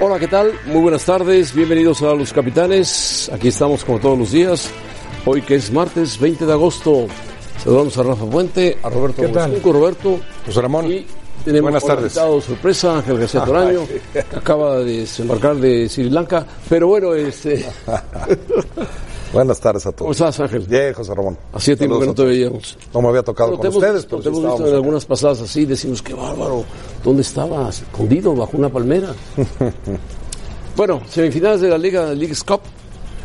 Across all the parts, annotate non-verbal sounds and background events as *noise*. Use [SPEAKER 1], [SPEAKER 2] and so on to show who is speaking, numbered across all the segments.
[SPEAKER 1] Hola, ¿qué tal? Muy buenas tardes, bienvenidos a Los Capitanes. Aquí estamos como todos los días. Hoy que es martes 20 de agosto, saludamos a Rafa Puente, a Roberto
[SPEAKER 2] ¿Qué tal?
[SPEAKER 1] Gómez Junco, Roberto.
[SPEAKER 2] José Ramón,
[SPEAKER 1] Y tenemos
[SPEAKER 2] buenas
[SPEAKER 1] un
[SPEAKER 2] tardes.
[SPEAKER 1] invitado sorpresa, Ángel García
[SPEAKER 2] Ay.
[SPEAKER 1] Toraño, que acaba de desembarcar de Sri Lanka. Pero
[SPEAKER 2] *laughs*
[SPEAKER 1] bueno, este,
[SPEAKER 2] Buenas tardes a
[SPEAKER 1] ¿cómo
[SPEAKER 2] todos.
[SPEAKER 1] estás, Ángel?
[SPEAKER 2] Bien, José Ramón.
[SPEAKER 1] Hacía tiempo que
[SPEAKER 2] Saludos a
[SPEAKER 1] no te
[SPEAKER 2] todos.
[SPEAKER 1] veíamos.
[SPEAKER 2] No me había tocado
[SPEAKER 1] Pero
[SPEAKER 2] con
[SPEAKER 1] te hemos
[SPEAKER 2] ustedes,
[SPEAKER 1] visto-
[SPEAKER 2] pero
[SPEAKER 1] te hemos
[SPEAKER 2] estábamos
[SPEAKER 1] visto en
[SPEAKER 2] acá.
[SPEAKER 1] algunas pasadas así, decimos, qué bárbaro, ¿dónde estaba? Escondido bajo una palmera. bueno, semifinales de la Liga League Cup,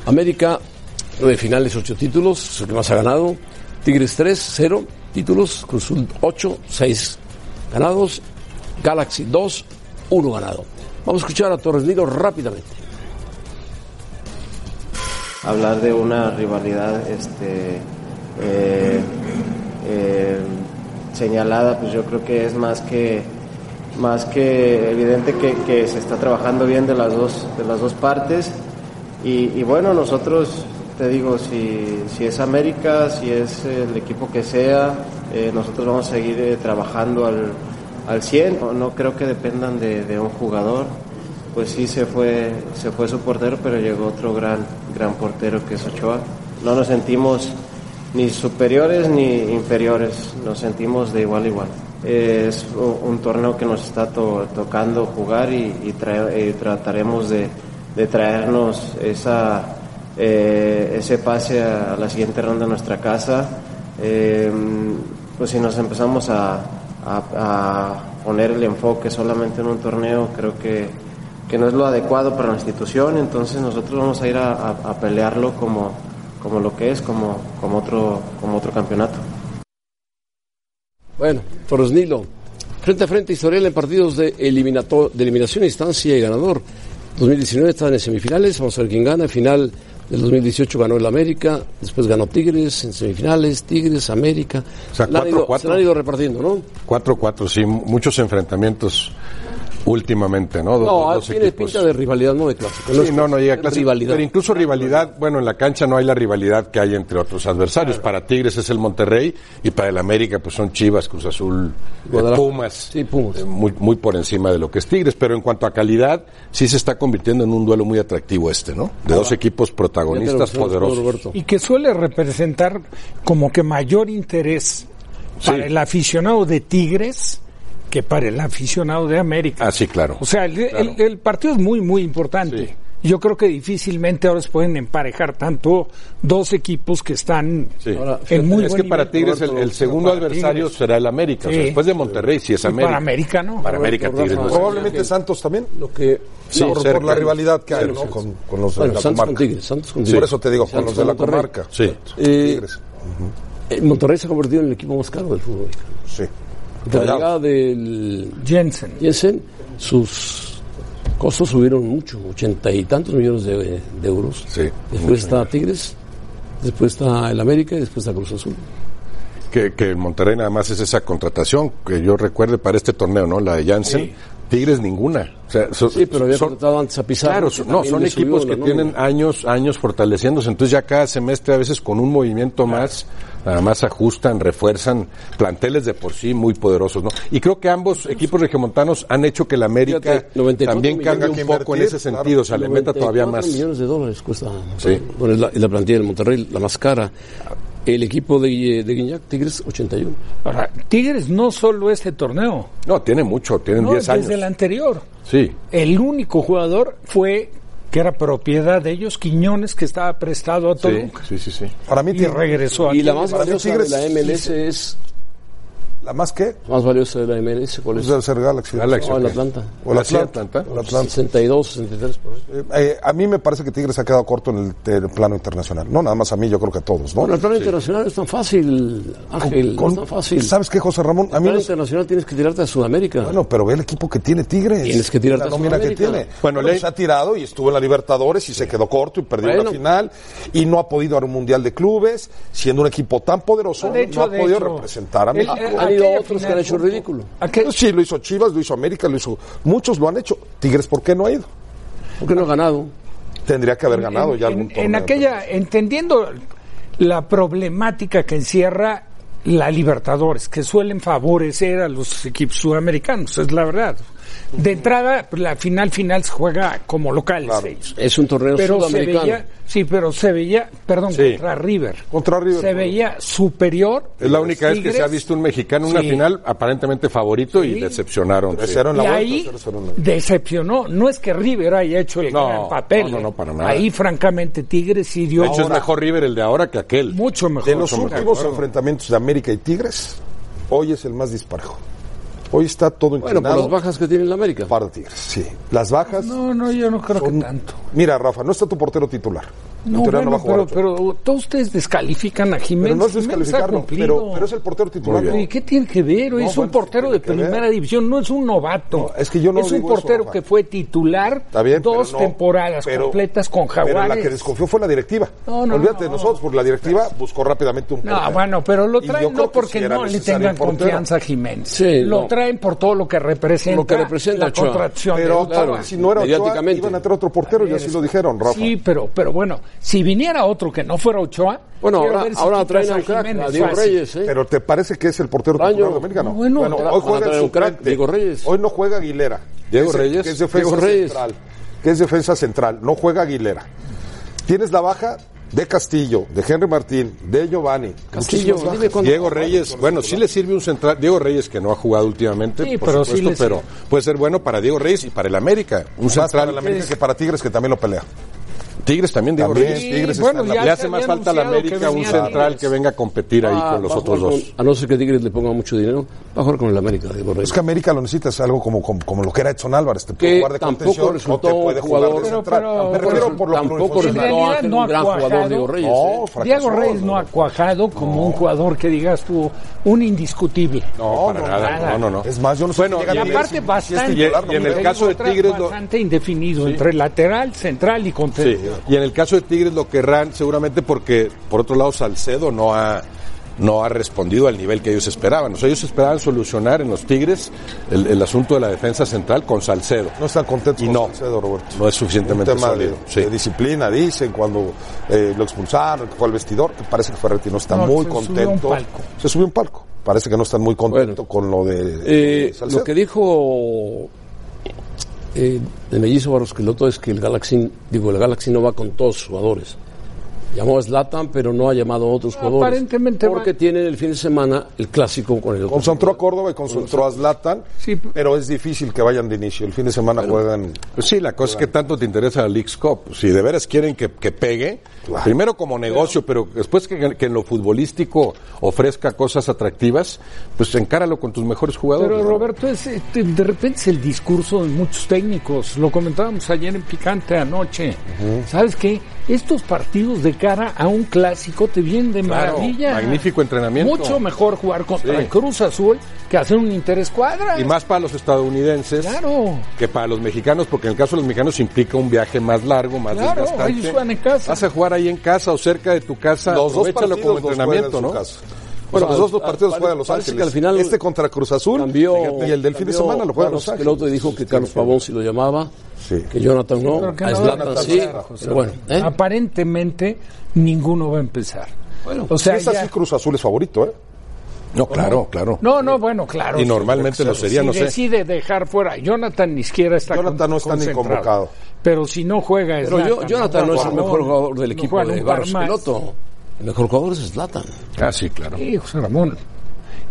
[SPEAKER 1] América, nueve finales, ocho títulos, es el que más ha ganado, Tigres 3, 0 títulos, Cruz 8, 6 ganados, Galaxy 2, 1 ganado. Vamos a escuchar a Torres Nilo rápidamente.
[SPEAKER 3] hablar de una rivalidad este, eh, eh, señalada, pues yo creo que es más que más que evidente que, que se está trabajando bien de las dos de las dos partes y, y bueno nosotros te digo si, si es América si es el equipo que sea eh, nosotros vamos a seguir eh, trabajando al, al 100 no, no creo que dependan de, de un jugador pues sí se fue se fue su portero pero llegó otro gran gran portero que es Ochoa no nos sentimos ni superiores ni inferiores nos sentimos de igual a igual Eh, es u- un torneo que nos está to- tocando jugar y, y trae- eh, trataremos de, de traernos esa eh, ese pase a, la siguiente ronda a nuestra casa Eh, pues si nos empezamos a- a- a poner el enfoque solamente en un torneo creo que que no es lo adecuado para la institución, entonces nosotros vamos a ir a, a- a pelearlo como, como lo que es, como, como, otro, como otro campeonato.
[SPEAKER 1] Bueno, Torres Nilo, frente a frente historial en partidos de, eliminato- de eliminación, instancia y ganador. 2019 están en semifinales, vamos a ver quién gana. En final del 2018 ganó el América, después ganó Tigres en semifinales, Tigres, América.
[SPEAKER 2] O sea,
[SPEAKER 1] Se la han
[SPEAKER 2] cuatro,
[SPEAKER 1] ido-
[SPEAKER 2] cuatro.
[SPEAKER 1] se la han ido repartiendo, ¿no?
[SPEAKER 2] 4-4, sí, muchos enfrentamientos últimamente, ¿no? Dos-
[SPEAKER 1] No, ah,
[SPEAKER 2] dos
[SPEAKER 1] tiene
[SPEAKER 2] equipos.
[SPEAKER 1] pinta de rivalidad, no de clásico.
[SPEAKER 2] Sí, no, no llega a
[SPEAKER 1] es
[SPEAKER 2] clase.
[SPEAKER 1] Rivalidad.
[SPEAKER 2] Pero incluso rivalidad, bueno, en la cancha no hay la rivalidad que hay entre otros adversarios. Para Tigres es el Monterrey y para el América pues son Chivas, Cruz Azul, eh,
[SPEAKER 1] Guadalajara.
[SPEAKER 2] Pumas.
[SPEAKER 1] Sí, Pumas.
[SPEAKER 2] Eh, Muy, muy por encima de lo que es Tigres, pero en cuanto a calidad, sí se está convirtiendo en un duelo muy atractivo este, ¿no? De dos equipos
[SPEAKER 1] Ya te lo
[SPEAKER 2] protagonistas
[SPEAKER 1] mencionamos,
[SPEAKER 2] poderosos.
[SPEAKER 1] Roberto.
[SPEAKER 4] y que suele representar como que mayor interés para el aficionado de Tigres que para el aficionado de América.
[SPEAKER 2] Ah, sí, claro.
[SPEAKER 4] O sea, el, el-
[SPEAKER 2] Claro.
[SPEAKER 4] el partido es muy, muy importante. Yo creo que difícilmente ahora se pueden emparejar tanto dos equipos que están
[SPEAKER 2] Sí. Ahora,
[SPEAKER 1] fíjate,
[SPEAKER 4] en muy
[SPEAKER 2] es
[SPEAKER 4] buen
[SPEAKER 2] que para
[SPEAKER 4] nivel.
[SPEAKER 2] Tigres el, el segundo
[SPEAKER 4] Para
[SPEAKER 2] adversario
[SPEAKER 4] Tigres.
[SPEAKER 2] será el América. O sea,
[SPEAKER 4] Sí.
[SPEAKER 2] después de Monterrey, si es
[SPEAKER 4] Y
[SPEAKER 2] América.
[SPEAKER 4] para América, ¿no?
[SPEAKER 2] Para América,
[SPEAKER 1] Roberto,
[SPEAKER 2] Tigres. no es-
[SPEAKER 1] Rafa.
[SPEAKER 5] Probablemente Santos también.
[SPEAKER 1] Lo que...
[SPEAKER 2] Sí,
[SPEAKER 5] por,
[SPEAKER 2] cerca.
[SPEAKER 5] por la rivalidad que hay,
[SPEAKER 1] Sí,
[SPEAKER 5] ¿no?
[SPEAKER 1] sí.
[SPEAKER 5] Con, con los de
[SPEAKER 1] Bueno,
[SPEAKER 5] la
[SPEAKER 1] Santos con
[SPEAKER 5] comarca.
[SPEAKER 1] Tigres, Santos con
[SPEAKER 5] Sí.
[SPEAKER 1] Tigres.
[SPEAKER 5] Por eso te digo, con
[SPEAKER 1] Santos
[SPEAKER 5] los de la
[SPEAKER 1] Monterrey.
[SPEAKER 5] comarca.
[SPEAKER 2] Sí.
[SPEAKER 1] Eh,
[SPEAKER 5] Tigres.
[SPEAKER 1] eh, Monterrey se ha convertido en el equipo más caro del fútbol.
[SPEAKER 5] Sí.
[SPEAKER 1] De la llegada del
[SPEAKER 4] Jensen.
[SPEAKER 1] Jensen, sus costos subieron mucho, ochenta y tantos millones de, de euros.
[SPEAKER 2] Sí,
[SPEAKER 1] después
[SPEAKER 2] mucho
[SPEAKER 1] está Tigres, después está el América y después está Cruz Azul.
[SPEAKER 2] Que, que en Monterrey nada más es esa contratación que yo recuerde para este torneo, ¿no? La de Janssen. Tigres ninguna. O sea, so-
[SPEAKER 1] Sí, pero había
[SPEAKER 2] son-
[SPEAKER 1] contratado antes a Pizarro.
[SPEAKER 2] Claro,
[SPEAKER 1] que
[SPEAKER 2] son- no,
[SPEAKER 1] también
[SPEAKER 2] son
[SPEAKER 1] le subió
[SPEAKER 2] equipos
[SPEAKER 1] la
[SPEAKER 2] que
[SPEAKER 1] nómina.
[SPEAKER 2] tienen años, años fortaleciéndose. Entonces ya cada semestre a veces con un movimiento más, nada más ajustan, refuerzan planteles de por sí muy poderosos, ¿no? Y creo que ambos equipos regiomontanos han hecho que el América
[SPEAKER 1] Fíjate, 94
[SPEAKER 2] también cambie
[SPEAKER 5] millones.
[SPEAKER 2] un poco en ese
[SPEAKER 5] Tenga que invertir,
[SPEAKER 2] sentido, o sea, le meta todavía más.
[SPEAKER 1] 94 millones de dólares cuesta.
[SPEAKER 2] Sí.
[SPEAKER 1] Bueno, es la, es la plantilla del Monterrey, la más cara. El equipo de, de Guiñac, Tigres, 81.
[SPEAKER 4] Ahora, Tigres no solo este torneo,
[SPEAKER 2] No, tiene mucho, tienen
[SPEAKER 4] no,
[SPEAKER 2] 10
[SPEAKER 4] desde
[SPEAKER 2] años.
[SPEAKER 4] el anterior.
[SPEAKER 2] Sí,
[SPEAKER 4] El único jugador fue que era propiedad de ellos, Quiñones, que estaba prestado a
[SPEAKER 2] sí,
[SPEAKER 4] Toluca.
[SPEAKER 2] sí, sí, sí.
[SPEAKER 5] Para mí,
[SPEAKER 4] Y
[SPEAKER 5] Tigres-
[SPEAKER 4] regresó a
[SPEAKER 1] Y la
[SPEAKER 4] Tigres.
[SPEAKER 1] más
[SPEAKER 5] para mí
[SPEAKER 1] valiosa de
[SPEAKER 5] Tigres
[SPEAKER 1] la MLS es
[SPEAKER 5] ¿La más qué?
[SPEAKER 1] Más valiosa de la MLS, ¿cuál
[SPEAKER 5] Pues
[SPEAKER 1] es?
[SPEAKER 5] debe ser Galaxy.
[SPEAKER 2] Galaxy.
[SPEAKER 1] No,
[SPEAKER 2] ok.
[SPEAKER 1] el Atlanta. Ah,
[SPEAKER 5] O la
[SPEAKER 2] ¿Así
[SPEAKER 5] Atlanta.
[SPEAKER 2] Atlanta?
[SPEAKER 5] O la Atlanta.
[SPEAKER 1] 62, 63. por ahí.
[SPEAKER 5] Eh, eh, a mí me parece que Tigres ha quedado corto en el, el plano internacional. No nada más a mí, yo creo que a todos, ¿no?
[SPEAKER 1] Bueno, el plano internacional no es tan fácil, Ángel.
[SPEAKER 5] Con-
[SPEAKER 1] no es tan fácil.
[SPEAKER 5] ¿Sabes qué, José Ramón? A
[SPEAKER 1] El
[SPEAKER 5] mí
[SPEAKER 1] plano
[SPEAKER 5] no es-
[SPEAKER 1] internacional tienes que tirarte a Sudamérica.
[SPEAKER 5] Bueno, pero ve el equipo que tiene Tigres.
[SPEAKER 1] Tienes que tirarte
[SPEAKER 5] La
[SPEAKER 1] a
[SPEAKER 5] nómina que
[SPEAKER 1] Sudamérica.
[SPEAKER 5] tiene. Bueno,
[SPEAKER 2] Bueno, le-
[SPEAKER 5] se ha tirado y estuvo en la Libertadores y se quedó corto y perdió
[SPEAKER 1] Bueno.
[SPEAKER 5] la final y no ha podido ir a un Mundial de Clubes, siendo un equipo tan poderoso,
[SPEAKER 4] De hecho,
[SPEAKER 5] no ha
[SPEAKER 4] de
[SPEAKER 5] podido
[SPEAKER 4] hecho,
[SPEAKER 5] representar a
[SPEAKER 4] el-
[SPEAKER 5] México.
[SPEAKER 4] el-
[SPEAKER 1] Han ido
[SPEAKER 4] aquella
[SPEAKER 1] otros que
[SPEAKER 4] final,
[SPEAKER 1] han hecho el
[SPEAKER 4] Pulpo.
[SPEAKER 1] ridículo.
[SPEAKER 4] Aquel-
[SPEAKER 5] Sí, lo hizo Chivas, lo hizo América, lo hizo. Muchos lo han hecho. Tigres, ¿por qué no ha ido?
[SPEAKER 1] Porque no ha ganado.
[SPEAKER 5] Tendría que haber ganado
[SPEAKER 4] en,
[SPEAKER 5] ya
[SPEAKER 4] en-
[SPEAKER 5] algún
[SPEAKER 4] en
[SPEAKER 5] torneo.
[SPEAKER 4] aquella, entendiendo la problemática que encierra la Libertadores, que suelen favorecer a los equipos sudamericanos, es la verdad. De entrada, la final final se juega como locales ellos.
[SPEAKER 1] Es un torneo
[SPEAKER 4] Pero se
[SPEAKER 1] sudamericano.
[SPEAKER 4] veía, sí, pero se veía, perdón,
[SPEAKER 2] Sí.
[SPEAKER 4] contra River.
[SPEAKER 5] Contra River.
[SPEAKER 4] Se veía superior.
[SPEAKER 2] Es la única vez que se ha
[SPEAKER 4] Tigres.
[SPEAKER 2] visto un mexicano en una
[SPEAKER 4] Sí.
[SPEAKER 2] final aparentemente favorito y decepcionaron. sí.
[SPEAKER 5] Hicieron
[SPEAKER 4] Y
[SPEAKER 5] la vuelta,
[SPEAKER 4] ahí
[SPEAKER 5] cero, cero, no.
[SPEAKER 4] decepcionó. No es que River haya hecho el
[SPEAKER 2] No,
[SPEAKER 4] gran papel.
[SPEAKER 2] no, no, no,
[SPEAKER 4] ¿eh?
[SPEAKER 2] para nada.
[SPEAKER 4] Ahí, francamente, Tigres sí dio
[SPEAKER 2] De hecho, es
[SPEAKER 4] ahora
[SPEAKER 2] mejor River el de ahora que aquel.
[SPEAKER 4] mucho mejor.
[SPEAKER 5] De los
[SPEAKER 4] Mucho
[SPEAKER 5] últimos
[SPEAKER 4] mejor.
[SPEAKER 5] enfrentamientos de América y Tigres, hoy es el más disparejo. Hoy está todo
[SPEAKER 1] Bueno,
[SPEAKER 5] inclinado
[SPEAKER 1] por las bajas que tiene el América.
[SPEAKER 5] para Tigres, sí. Las bajas.
[SPEAKER 4] No, no, yo no creo
[SPEAKER 5] son-
[SPEAKER 4] que tanto.
[SPEAKER 5] Mira, Rafa, no está tu portero titular. En
[SPEAKER 4] No,
[SPEAKER 5] teoría
[SPEAKER 4] bueno,
[SPEAKER 5] va a jugar
[SPEAKER 4] pero,
[SPEAKER 5] ocho.
[SPEAKER 4] pero todos ustedes descalifican a Jiménez.
[SPEAKER 5] Pero no es
[SPEAKER 4] Jiménez ha
[SPEAKER 5] descalificarlo,
[SPEAKER 4] cumplido.
[SPEAKER 5] pero- pero es el portero titular.
[SPEAKER 4] Pero, ¿Y qué tiene que ver?
[SPEAKER 5] No,
[SPEAKER 4] es un
[SPEAKER 5] bueno,
[SPEAKER 4] portero de
[SPEAKER 5] tiene que ver.
[SPEAKER 4] primera división, no es un novato.
[SPEAKER 5] No, es que yo no
[SPEAKER 4] un
[SPEAKER 5] digo eso,
[SPEAKER 4] portero
[SPEAKER 5] Rafa.
[SPEAKER 4] que fue titular
[SPEAKER 5] Está bien,
[SPEAKER 4] dos
[SPEAKER 5] pero no.
[SPEAKER 4] temporadas
[SPEAKER 5] Pero-
[SPEAKER 4] completas con
[SPEAKER 5] Pero
[SPEAKER 4] Jaguares.
[SPEAKER 5] la que desconfió fue la directiva.
[SPEAKER 4] No, no,
[SPEAKER 5] Olvídate de
[SPEAKER 4] no.
[SPEAKER 5] nosotros, porque la directiva buscó rápidamente un
[SPEAKER 4] No,
[SPEAKER 5] portero.
[SPEAKER 4] bueno, pero lo
[SPEAKER 5] Y yo
[SPEAKER 4] traen
[SPEAKER 5] creo
[SPEAKER 4] no
[SPEAKER 5] que
[SPEAKER 4] porque
[SPEAKER 5] sí era
[SPEAKER 4] no le
[SPEAKER 5] necesario
[SPEAKER 4] tengan
[SPEAKER 5] un portero.
[SPEAKER 4] confianza a Jiménez.
[SPEAKER 1] Sí,
[SPEAKER 4] lo
[SPEAKER 1] no.
[SPEAKER 4] traen por todo lo que representa,
[SPEAKER 1] Lo que representa
[SPEAKER 4] la
[SPEAKER 1] Ochoa.
[SPEAKER 4] contracción de
[SPEAKER 5] Pero
[SPEAKER 4] Ochoa.
[SPEAKER 5] claro, si no era Ochoa,
[SPEAKER 1] mediáticamente.
[SPEAKER 5] iban a traer otro portero, y así lo dijeron, Rafa.
[SPEAKER 4] Sí, pero, pero bueno, si viniera otro que no fuera Ochoa,
[SPEAKER 1] Bueno,
[SPEAKER 4] quiero
[SPEAKER 1] ahora,
[SPEAKER 4] ver si
[SPEAKER 1] ahora
[SPEAKER 4] quitas
[SPEAKER 1] traen a un crack,
[SPEAKER 4] Jiménez
[SPEAKER 1] a Diego
[SPEAKER 4] fácil.
[SPEAKER 1] Reyes, ¿eh?
[SPEAKER 5] Pero ¿te parece que es el portero
[SPEAKER 1] Año.
[SPEAKER 5] titular de América? No.
[SPEAKER 4] Bueno, van
[SPEAKER 5] hoy
[SPEAKER 1] a
[SPEAKER 5] juega
[SPEAKER 1] traer
[SPEAKER 5] el
[SPEAKER 1] un crack,
[SPEAKER 5] suplente.
[SPEAKER 1] Diego Reyes.
[SPEAKER 5] Hoy no juega Aguilera. Que
[SPEAKER 2] Diego
[SPEAKER 5] es-
[SPEAKER 2] Reyes.
[SPEAKER 5] Que es defensa
[SPEAKER 1] Diego Reyes.
[SPEAKER 5] central. Que es defensa central. No juega Aguilera. Tienes la baja de Castillo, de Henry Martín, de Giovanni.
[SPEAKER 1] Castillo,
[SPEAKER 5] Muchísimas bajas.
[SPEAKER 1] dime cuándo-
[SPEAKER 2] Diego Reyes, bueno, sí le sirve un central. Diego Reyes, que no ha jugado últimamente,
[SPEAKER 4] Sí,
[SPEAKER 2] por
[SPEAKER 4] pero sí
[SPEAKER 2] supuesto,
[SPEAKER 4] le sirve.
[SPEAKER 2] pero puede ser bueno para Diego Reyes y para el América. Un
[SPEAKER 5] Más para
[SPEAKER 2] central.
[SPEAKER 5] el América que para Tigres, que también lo pelea.
[SPEAKER 2] Tigres también, Diego
[SPEAKER 5] También.
[SPEAKER 2] Reyes.
[SPEAKER 5] Sí,
[SPEAKER 2] Tigres
[SPEAKER 4] bueno,
[SPEAKER 2] está en la-
[SPEAKER 4] ya
[SPEAKER 2] Le
[SPEAKER 4] se
[SPEAKER 2] hace más
[SPEAKER 4] había
[SPEAKER 2] falta a la
[SPEAKER 4] anunciado que
[SPEAKER 2] América un
[SPEAKER 4] venía
[SPEAKER 2] central
[SPEAKER 4] Tigres.
[SPEAKER 2] que venga a competir ahí
[SPEAKER 1] Ah,
[SPEAKER 2] con los
[SPEAKER 1] va a
[SPEAKER 2] otros
[SPEAKER 1] jugar
[SPEAKER 2] dos.
[SPEAKER 1] con- a no ser que Tigres le ponga mucho dinero, va a jugar con el América, Diego Reyes.
[SPEAKER 5] Es que América lo necesita, es algo como, como, como lo que era Edson Álvarez. Te
[SPEAKER 1] Que
[SPEAKER 5] puede jugar de
[SPEAKER 1] tampoco
[SPEAKER 5] contención o
[SPEAKER 1] resultó
[SPEAKER 5] te puede
[SPEAKER 1] un
[SPEAKER 5] jugar
[SPEAKER 1] jugador-
[SPEAKER 5] de
[SPEAKER 4] Pero-
[SPEAKER 5] central.
[SPEAKER 4] pero-
[SPEAKER 5] Me refiero por lo
[SPEAKER 1] Tampoco
[SPEAKER 5] plurifuncional.
[SPEAKER 4] En
[SPEAKER 1] resultó
[SPEAKER 4] realidad
[SPEAKER 1] a ser
[SPEAKER 4] no ha
[SPEAKER 1] un gran
[SPEAKER 4] cuajado.
[SPEAKER 1] jugador Diego Reyes.
[SPEAKER 5] No,
[SPEAKER 1] ¿eh?
[SPEAKER 5] fracasó,
[SPEAKER 4] Diego Reyes no ha cuajado como un jugador que digas tú, un indiscutible.
[SPEAKER 2] No, para
[SPEAKER 5] no,
[SPEAKER 2] nada.
[SPEAKER 4] nada.
[SPEAKER 2] No, no, no.
[SPEAKER 5] Es más, yo no sé
[SPEAKER 2] Bueno,
[SPEAKER 5] si llega
[SPEAKER 4] Y
[SPEAKER 5] a este Tigres
[SPEAKER 4] aparte
[SPEAKER 5] sin-
[SPEAKER 4] bastante.
[SPEAKER 2] y- y en el caso de
[SPEAKER 4] Otra-
[SPEAKER 2] Tigres lo-
[SPEAKER 4] Bastante indefinido entre lateral, central y
[SPEAKER 2] Sí,
[SPEAKER 4] contención.
[SPEAKER 2] y en el caso de Tigres lo querrán seguramente porque, por otro lado, Salcedo no ha no ha respondido al nivel que ellos esperaban. O sea, ellos esperaban solucionar en los Tigres el, el asunto de la defensa central con Salcedo.
[SPEAKER 5] No están contentos
[SPEAKER 2] Y
[SPEAKER 5] con
[SPEAKER 2] no,
[SPEAKER 5] Salcedo, Roberto.
[SPEAKER 2] no es suficientemente
[SPEAKER 5] Un tema de,
[SPEAKER 2] sólido. Sí.
[SPEAKER 5] de disciplina, dicen, cuando eh, lo expulsaron, que fue al vestidor, que parece que Ferretti no está
[SPEAKER 4] No,
[SPEAKER 5] muy
[SPEAKER 4] se subió a un
[SPEAKER 5] contento.
[SPEAKER 4] palco.
[SPEAKER 5] Se subió a un palco. Parece que no están muy contentos con lo de,
[SPEAKER 1] Eh,
[SPEAKER 5] Salcedo.
[SPEAKER 1] lo que dijo eh, el mellizo Barrosqueloto es que el Galaxy, digo, el Galaxy no va con todos sus jugadores. Llamó a Zlatan, pero no ha llamado a otros jugadores.
[SPEAKER 4] Aparentemente va-
[SPEAKER 1] Porque tienen el fin de semana el clásico con el
[SPEAKER 5] Concentró a Córdoba y concentró a Zlatan,
[SPEAKER 4] Sí.
[SPEAKER 5] pero es difícil que vayan de inicio. El fin de semana juegan
[SPEAKER 2] Pues sí, la cosa es que tanto te interesa la Leagues Cup. Si de veras quieren que, que pegue, primero como negocio, pero después que, que en lo futbolístico ofrezca cosas atractivas, pues encáralo con tus mejores jugadores.
[SPEAKER 4] Pero
[SPEAKER 2] ¿no?
[SPEAKER 4] Roberto, es, este, de repente es el discurso de muchos técnicos. Lo comentábamos ayer en Picante anoche. ¿Sabes qué? Estos partidos de cara a un clásico te vienen de
[SPEAKER 2] Claro,
[SPEAKER 4] maravilla.
[SPEAKER 2] magnífico entrenamiento.
[SPEAKER 4] Mucho mejor jugar contra
[SPEAKER 2] Sí.
[SPEAKER 4] el Cruz Azul que hacer un interés cuadra.
[SPEAKER 2] Y más para los estadounidenses.
[SPEAKER 4] Claro.
[SPEAKER 2] que para los mexicanos, porque en el caso de los mexicanos implica un viaje más largo, más
[SPEAKER 4] Claro,
[SPEAKER 2] desgastante.
[SPEAKER 4] ellos juegan en casa.
[SPEAKER 2] Vas a jugar ahí en casa o cerca de tu casa.
[SPEAKER 5] los dos
[SPEAKER 2] Aprovechalo
[SPEAKER 5] partidos
[SPEAKER 2] como
[SPEAKER 5] los juegan en
[SPEAKER 2] entrenamiento,
[SPEAKER 5] su
[SPEAKER 2] ¿no? pues,
[SPEAKER 5] casa. Bueno,
[SPEAKER 1] Bueno,
[SPEAKER 5] los dos los
[SPEAKER 1] pa-
[SPEAKER 5] partidos
[SPEAKER 1] pare-
[SPEAKER 5] juegan Los
[SPEAKER 1] parece
[SPEAKER 5] Ángeles.
[SPEAKER 1] que al final
[SPEAKER 5] este contra Cruz Azul
[SPEAKER 1] cambió,
[SPEAKER 5] fíjate, y el del fin de
[SPEAKER 1] cambió
[SPEAKER 5] semana lo juegan Los Ángeles.
[SPEAKER 1] Barrosqueloto dijo que Carlos Pavón sí lo llamaba,
[SPEAKER 5] Sí.
[SPEAKER 1] que Jonathan no,
[SPEAKER 4] Pero que
[SPEAKER 1] a
[SPEAKER 4] no
[SPEAKER 1] Zlatan
[SPEAKER 5] va a
[SPEAKER 1] sí.
[SPEAKER 5] empezar, José.
[SPEAKER 1] Pero bueno, ¿eh?
[SPEAKER 4] aparentemente ninguno va a empezar. o sea,
[SPEAKER 5] Si es así,
[SPEAKER 4] ya-
[SPEAKER 5] Cruz Azul es favorito, ¿eh?
[SPEAKER 2] No, claro, claro.
[SPEAKER 4] no, no, bueno, claro.
[SPEAKER 2] y
[SPEAKER 4] sí.
[SPEAKER 2] normalmente lo sería,
[SPEAKER 4] si
[SPEAKER 2] no sé.
[SPEAKER 4] decide dejar fuera, Jonathan ni siquiera está
[SPEAKER 5] Jonathan
[SPEAKER 4] con-
[SPEAKER 5] no está ni
[SPEAKER 4] concentrado.
[SPEAKER 5] convocado.
[SPEAKER 4] Pero si no juega es
[SPEAKER 1] Pero yo, Jonathan no es el mejor jugador del equipo de Barrosqueloto. El mejor jugador es Zlatan.
[SPEAKER 2] Ah, sí, claro.
[SPEAKER 4] Sí, José Ramón.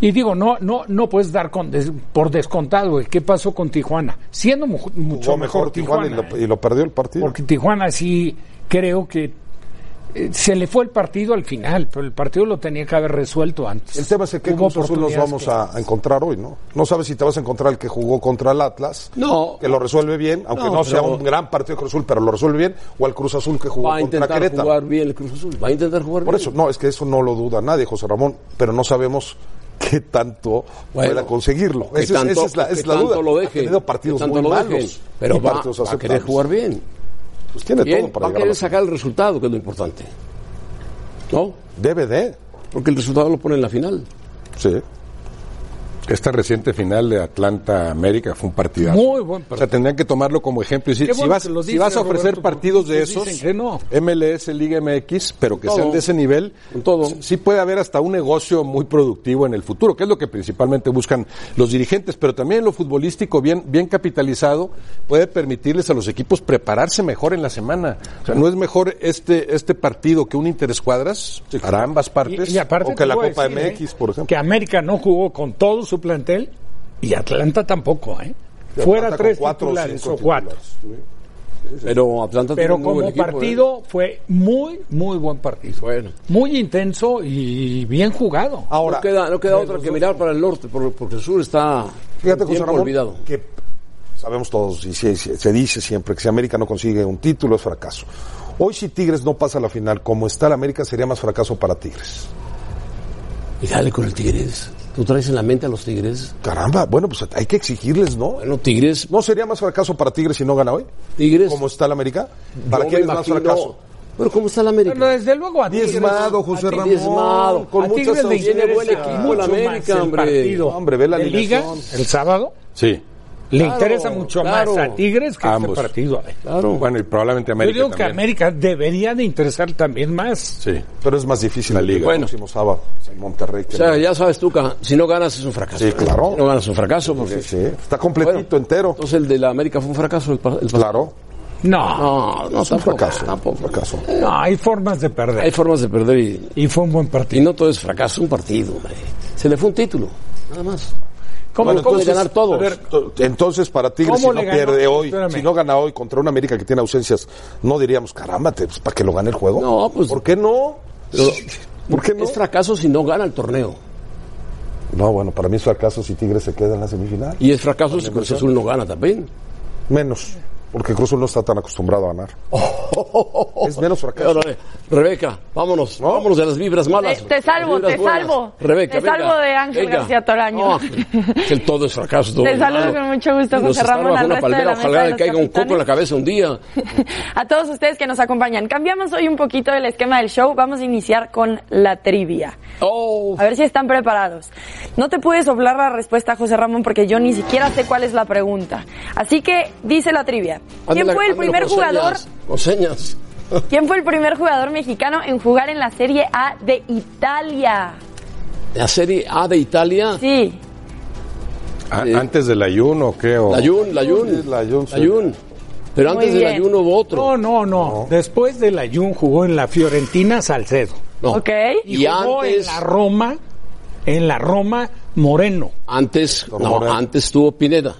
[SPEAKER 4] Y digo, no, no, no puedes dar con des- por descontado güey, qué pasó con Tijuana, siendo mu- mucho
[SPEAKER 5] Jugó
[SPEAKER 4] mejor, Tijuana,
[SPEAKER 5] y lo-
[SPEAKER 4] ¿eh?
[SPEAKER 5] y, lo, perdió el partido.
[SPEAKER 4] porque Tijuana sí creo que eh, se le fue el partido al final, pero el partido lo tenía que haber resuelto antes.
[SPEAKER 5] El tema es que qué
[SPEAKER 4] Hubo
[SPEAKER 5] Cruz Azul nos
[SPEAKER 4] oportunidades
[SPEAKER 5] vamos
[SPEAKER 4] que-
[SPEAKER 5] a, a encontrar hoy, ¿no? No sabes si te vas a encontrar el que jugó contra el Atlas,
[SPEAKER 1] No.
[SPEAKER 5] que lo resuelve bien, aunque no,
[SPEAKER 1] No,
[SPEAKER 5] sea
[SPEAKER 1] pero-
[SPEAKER 5] un gran partido de Cruz Azul, pero lo resuelve bien, o al Cruz Azul que jugó
[SPEAKER 1] Va a
[SPEAKER 5] contra
[SPEAKER 1] intentar
[SPEAKER 5] Querétaro.
[SPEAKER 1] jugar bien el Cruz Azul. Va a intentar jugar
[SPEAKER 5] Por
[SPEAKER 1] bien.
[SPEAKER 5] eso, no, es que eso no lo duda nadie, José Ramón, pero no sabemos qué tanto
[SPEAKER 1] Bueno,
[SPEAKER 5] pueda conseguirlo.
[SPEAKER 1] que
[SPEAKER 5] Esa, es-
[SPEAKER 1] tanto-
[SPEAKER 5] esa es la,
[SPEAKER 1] que
[SPEAKER 5] es la
[SPEAKER 1] tanto
[SPEAKER 5] duda.
[SPEAKER 1] Lo
[SPEAKER 5] Ha
[SPEAKER 1] deje,
[SPEAKER 5] tenido partidos
[SPEAKER 1] que tanto
[SPEAKER 5] muy
[SPEAKER 1] lo
[SPEAKER 5] malos
[SPEAKER 1] dejen, pero
[SPEAKER 5] y
[SPEAKER 1] va,
[SPEAKER 5] partidos
[SPEAKER 1] va a querer
[SPEAKER 5] aceptables.
[SPEAKER 1] jugar bien.
[SPEAKER 5] Pues tiene
[SPEAKER 1] Y él
[SPEAKER 5] todo para
[SPEAKER 1] va a
[SPEAKER 5] llegar a
[SPEAKER 1] querer
[SPEAKER 5] la-
[SPEAKER 1] sacar el resultado, que es lo importante. ¿No?
[SPEAKER 5] Debe de.
[SPEAKER 1] Porque el resultado lo pone en la final.
[SPEAKER 5] Sí.
[SPEAKER 2] Esta reciente final de Atlanta América fue un partidazo.
[SPEAKER 4] Muy
[SPEAKER 2] O
[SPEAKER 4] buen
[SPEAKER 2] sea,
[SPEAKER 4] partido.
[SPEAKER 2] tendrían que tomarlo como ejemplo. Y si,
[SPEAKER 4] Qué
[SPEAKER 2] si
[SPEAKER 4] bueno
[SPEAKER 2] vas,
[SPEAKER 4] que lo
[SPEAKER 2] si
[SPEAKER 4] dice,
[SPEAKER 2] vas a ofrecer
[SPEAKER 4] Roberto,
[SPEAKER 2] partidos de
[SPEAKER 4] porque
[SPEAKER 2] esos,
[SPEAKER 4] dicen que no.
[SPEAKER 2] MLS, Liga MX, pero que
[SPEAKER 1] Con
[SPEAKER 2] sean
[SPEAKER 1] todo.
[SPEAKER 2] de ese nivel,
[SPEAKER 1] Con todo.
[SPEAKER 2] sí puede haber hasta un negocio muy productivo en el futuro, que es lo que principalmente buscan los dirigentes, pero también lo futbolístico bien, bien capitalizado puede permitirles a los equipos prepararse mejor en la semana. O sea, no es mejor este, este partido que un interescuadras para ambas partes.
[SPEAKER 4] Y, y aparte
[SPEAKER 5] o que
[SPEAKER 4] te
[SPEAKER 5] la
[SPEAKER 4] voy a
[SPEAKER 5] Copa
[SPEAKER 4] decir,
[SPEAKER 5] MX,
[SPEAKER 4] ¿eh?
[SPEAKER 5] por ejemplo.
[SPEAKER 4] Que América no jugó con todo su plantel y Atlanta tampoco, ¿eh?
[SPEAKER 5] Y
[SPEAKER 4] Fuera
[SPEAKER 5] Atlanta con
[SPEAKER 4] tres
[SPEAKER 5] cuatro o
[SPEAKER 4] titulares
[SPEAKER 5] cinco
[SPEAKER 4] o cuatro.
[SPEAKER 5] titulares.
[SPEAKER 1] Pero Atlanta tiene
[SPEAKER 4] Pero
[SPEAKER 1] un muy buen
[SPEAKER 4] como
[SPEAKER 1] equipo, ¿eh?
[SPEAKER 4] partido fue muy, muy buen partido.
[SPEAKER 1] Bueno.
[SPEAKER 4] Muy intenso y bien jugado.
[SPEAKER 5] Ahora, eh,
[SPEAKER 1] no queda, no queda otra que mirar para el norte, por- porque el sur está
[SPEAKER 5] Fíjate, José
[SPEAKER 1] tiempo
[SPEAKER 5] Ramón,
[SPEAKER 1] olvidado.
[SPEAKER 5] que sabemos todos y se, se- se dice siempre que si América no consigue un título es fracaso. Hoy si Tigres no pasa a la final, como está el América, sería más fracaso para Tigres.
[SPEAKER 1] Y dale con el Tigres. Tú traes en la mente a los Tigres.
[SPEAKER 5] Caramba, bueno, pues hay que exigirles, ¿no?
[SPEAKER 1] Bueno, Tigres,
[SPEAKER 5] ¿No sería más fracaso para Tigres si no gana hoy?
[SPEAKER 1] Tigres.
[SPEAKER 5] ¿Cómo está el América? ¿Para
[SPEAKER 1] yo
[SPEAKER 5] quién es
[SPEAKER 1] me
[SPEAKER 5] más
[SPEAKER 1] imagino-
[SPEAKER 5] fracaso?
[SPEAKER 1] Pero ¿cómo está el América?
[SPEAKER 4] Pero desde luego a Tigres-
[SPEAKER 5] Diezmado, José
[SPEAKER 4] a Tigres-
[SPEAKER 5] Ramón.
[SPEAKER 1] diezmado.
[SPEAKER 5] Con
[SPEAKER 4] a
[SPEAKER 5] muchas
[SPEAKER 4] Tigres le
[SPEAKER 5] ausencias.
[SPEAKER 1] tiene buen
[SPEAKER 4] interesa
[SPEAKER 1] equipo
[SPEAKER 4] mucho
[SPEAKER 1] el América,
[SPEAKER 4] más el
[SPEAKER 1] hombre.
[SPEAKER 4] partido
[SPEAKER 5] Hombre, ve la
[SPEAKER 4] de Liga
[SPEAKER 5] alineación.
[SPEAKER 4] el sábado.
[SPEAKER 2] Sí.
[SPEAKER 4] Le
[SPEAKER 1] Claro,
[SPEAKER 4] interesa mucho más
[SPEAKER 1] claro.
[SPEAKER 4] a Tigres que a este
[SPEAKER 2] Ambos.
[SPEAKER 4] partido.
[SPEAKER 1] Claro.
[SPEAKER 2] Bueno, y probablemente
[SPEAKER 4] Yo
[SPEAKER 2] América
[SPEAKER 4] digo que
[SPEAKER 2] también.
[SPEAKER 4] América debería de interesar también más.
[SPEAKER 2] Sí.
[SPEAKER 5] Pero es más difícil
[SPEAKER 2] La
[SPEAKER 5] el
[SPEAKER 2] liga.
[SPEAKER 5] bueno. próximo sábado en Monterrey. que
[SPEAKER 1] o sea,
[SPEAKER 5] no.
[SPEAKER 1] ya sabes tú, Caja, si no ganas es un fracaso.
[SPEAKER 5] Sí, claro.
[SPEAKER 1] Si no ganas es un fracaso. pues. Porque,
[SPEAKER 5] Sí, sí, Está completito,
[SPEAKER 1] Bueno,
[SPEAKER 5] entero.
[SPEAKER 1] Entonces el de la América fue un fracaso. El, pa- el pa-
[SPEAKER 5] claro.
[SPEAKER 4] No,
[SPEAKER 1] No, no,
[SPEAKER 5] Es un
[SPEAKER 1] tampoco,
[SPEAKER 5] fracaso.
[SPEAKER 1] tampoco.
[SPEAKER 5] fracaso.
[SPEAKER 4] no, hay formas de perder.
[SPEAKER 1] Hay formas de perder y,
[SPEAKER 4] Y fue un buen
[SPEAKER 1] y
[SPEAKER 4] partido.
[SPEAKER 1] no todo es fracaso, un partido. hombre. Se le fue un título, nada más.
[SPEAKER 4] ¿Cómo,
[SPEAKER 1] Bueno,
[SPEAKER 4] cómo-
[SPEAKER 1] entonces, ganar
[SPEAKER 4] A
[SPEAKER 1] todos.
[SPEAKER 4] ver,
[SPEAKER 5] Entonces, para Tigres, si
[SPEAKER 4] ¿Cómo
[SPEAKER 5] no
[SPEAKER 4] le ganó?
[SPEAKER 5] pierde hoy,
[SPEAKER 4] Espérame.
[SPEAKER 5] si no gana hoy contra una América que tiene ausencias, no diríamos, caramba, te- pues, para que lo gane el juego.
[SPEAKER 1] No, pues-
[SPEAKER 5] ¿Por qué no? ¿Por qué no?
[SPEAKER 1] Es fracaso si no gana el torneo.
[SPEAKER 5] No, bueno, para mí es fracaso si Tigres se queda en la semifinal.
[SPEAKER 1] Y es fracaso si Cruz Azul no gana también.
[SPEAKER 5] Menos, porque Cruz Azul no está tan acostumbrado a ganar. *laughs* Es menos fracaso.
[SPEAKER 1] Órale, Rebeca, vámonos, vámonos de las vibras malas.
[SPEAKER 6] Te- te salvo,
[SPEAKER 1] Las vibras
[SPEAKER 6] te
[SPEAKER 1] buenas.
[SPEAKER 6] salvo.
[SPEAKER 1] Rebeca,
[SPEAKER 6] Te
[SPEAKER 1] venga,
[SPEAKER 6] salvo de Ángel
[SPEAKER 1] venga.
[SPEAKER 6] García Toraño. *laughs*
[SPEAKER 1] *laughs* No, que el todo es fracaso. todo
[SPEAKER 6] Te
[SPEAKER 1] es
[SPEAKER 6] saludo
[SPEAKER 1] malo.
[SPEAKER 6] con mucho gusto,
[SPEAKER 1] Y
[SPEAKER 6] José
[SPEAKER 1] nos estar
[SPEAKER 6] Ramón,
[SPEAKER 1] bajo
[SPEAKER 6] al
[SPEAKER 1] una
[SPEAKER 6] resto de
[SPEAKER 1] palmera,
[SPEAKER 6] la mesa
[SPEAKER 1] ojalá
[SPEAKER 6] de
[SPEAKER 1] le
[SPEAKER 6] los
[SPEAKER 1] caiga un coco en la
[SPEAKER 6] capitanes.
[SPEAKER 1] cabeza un día.
[SPEAKER 6] A todos ustedes que nos acompañan, cambiamos hoy un poquito el esquema del show. Vamos a iniciar con la trivia.
[SPEAKER 1] Oh,
[SPEAKER 6] A ver si están preparados. No te puedes doblar la respuesta, José Ramón, porque yo ni siquiera sé cuál es la pregunta. Así que dice la trivia. ¿Quién
[SPEAKER 1] ándale,
[SPEAKER 6] fue el
[SPEAKER 1] ándale,
[SPEAKER 6] primer
[SPEAKER 1] con
[SPEAKER 6] jugador?
[SPEAKER 1] señas, Con señas. *laughs*
[SPEAKER 6] ¿Quién fue el primer jugador mexicano en jugar en la Serie A de Italia?
[SPEAKER 1] La Serie A de Italia,
[SPEAKER 6] Sí,
[SPEAKER 2] A- Antes del ayuno, creo.
[SPEAKER 1] la Jun, la Jun,
[SPEAKER 5] La Jun, sí.
[SPEAKER 1] la Jun. Pero
[SPEAKER 6] Muy
[SPEAKER 1] antes del
[SPEAKER 6] bien.
[SPEAKER 1] ayuno hubo otro.
[SPEAKER 4] no, no, no. Después del Ayun jugó en la Fiorentina Salcedo.
[SPEAKER 1] No.
[SPEAKER 6] ok.
[SPEAKER 4] Y,
[SPEAKER 1] Y,
[SPEAKER 4] jugó
[SPEAKER 1] antes,
[SPEAKER 4] en la Roma, en la Roma Moreno.
[SPEAKER 1] antes,
[SPEAKER 5] Don
[SPEAKER 1] no,
[SPEAKER 5] Moreno.
[SPEAKER 1] antes tuvo Pineda.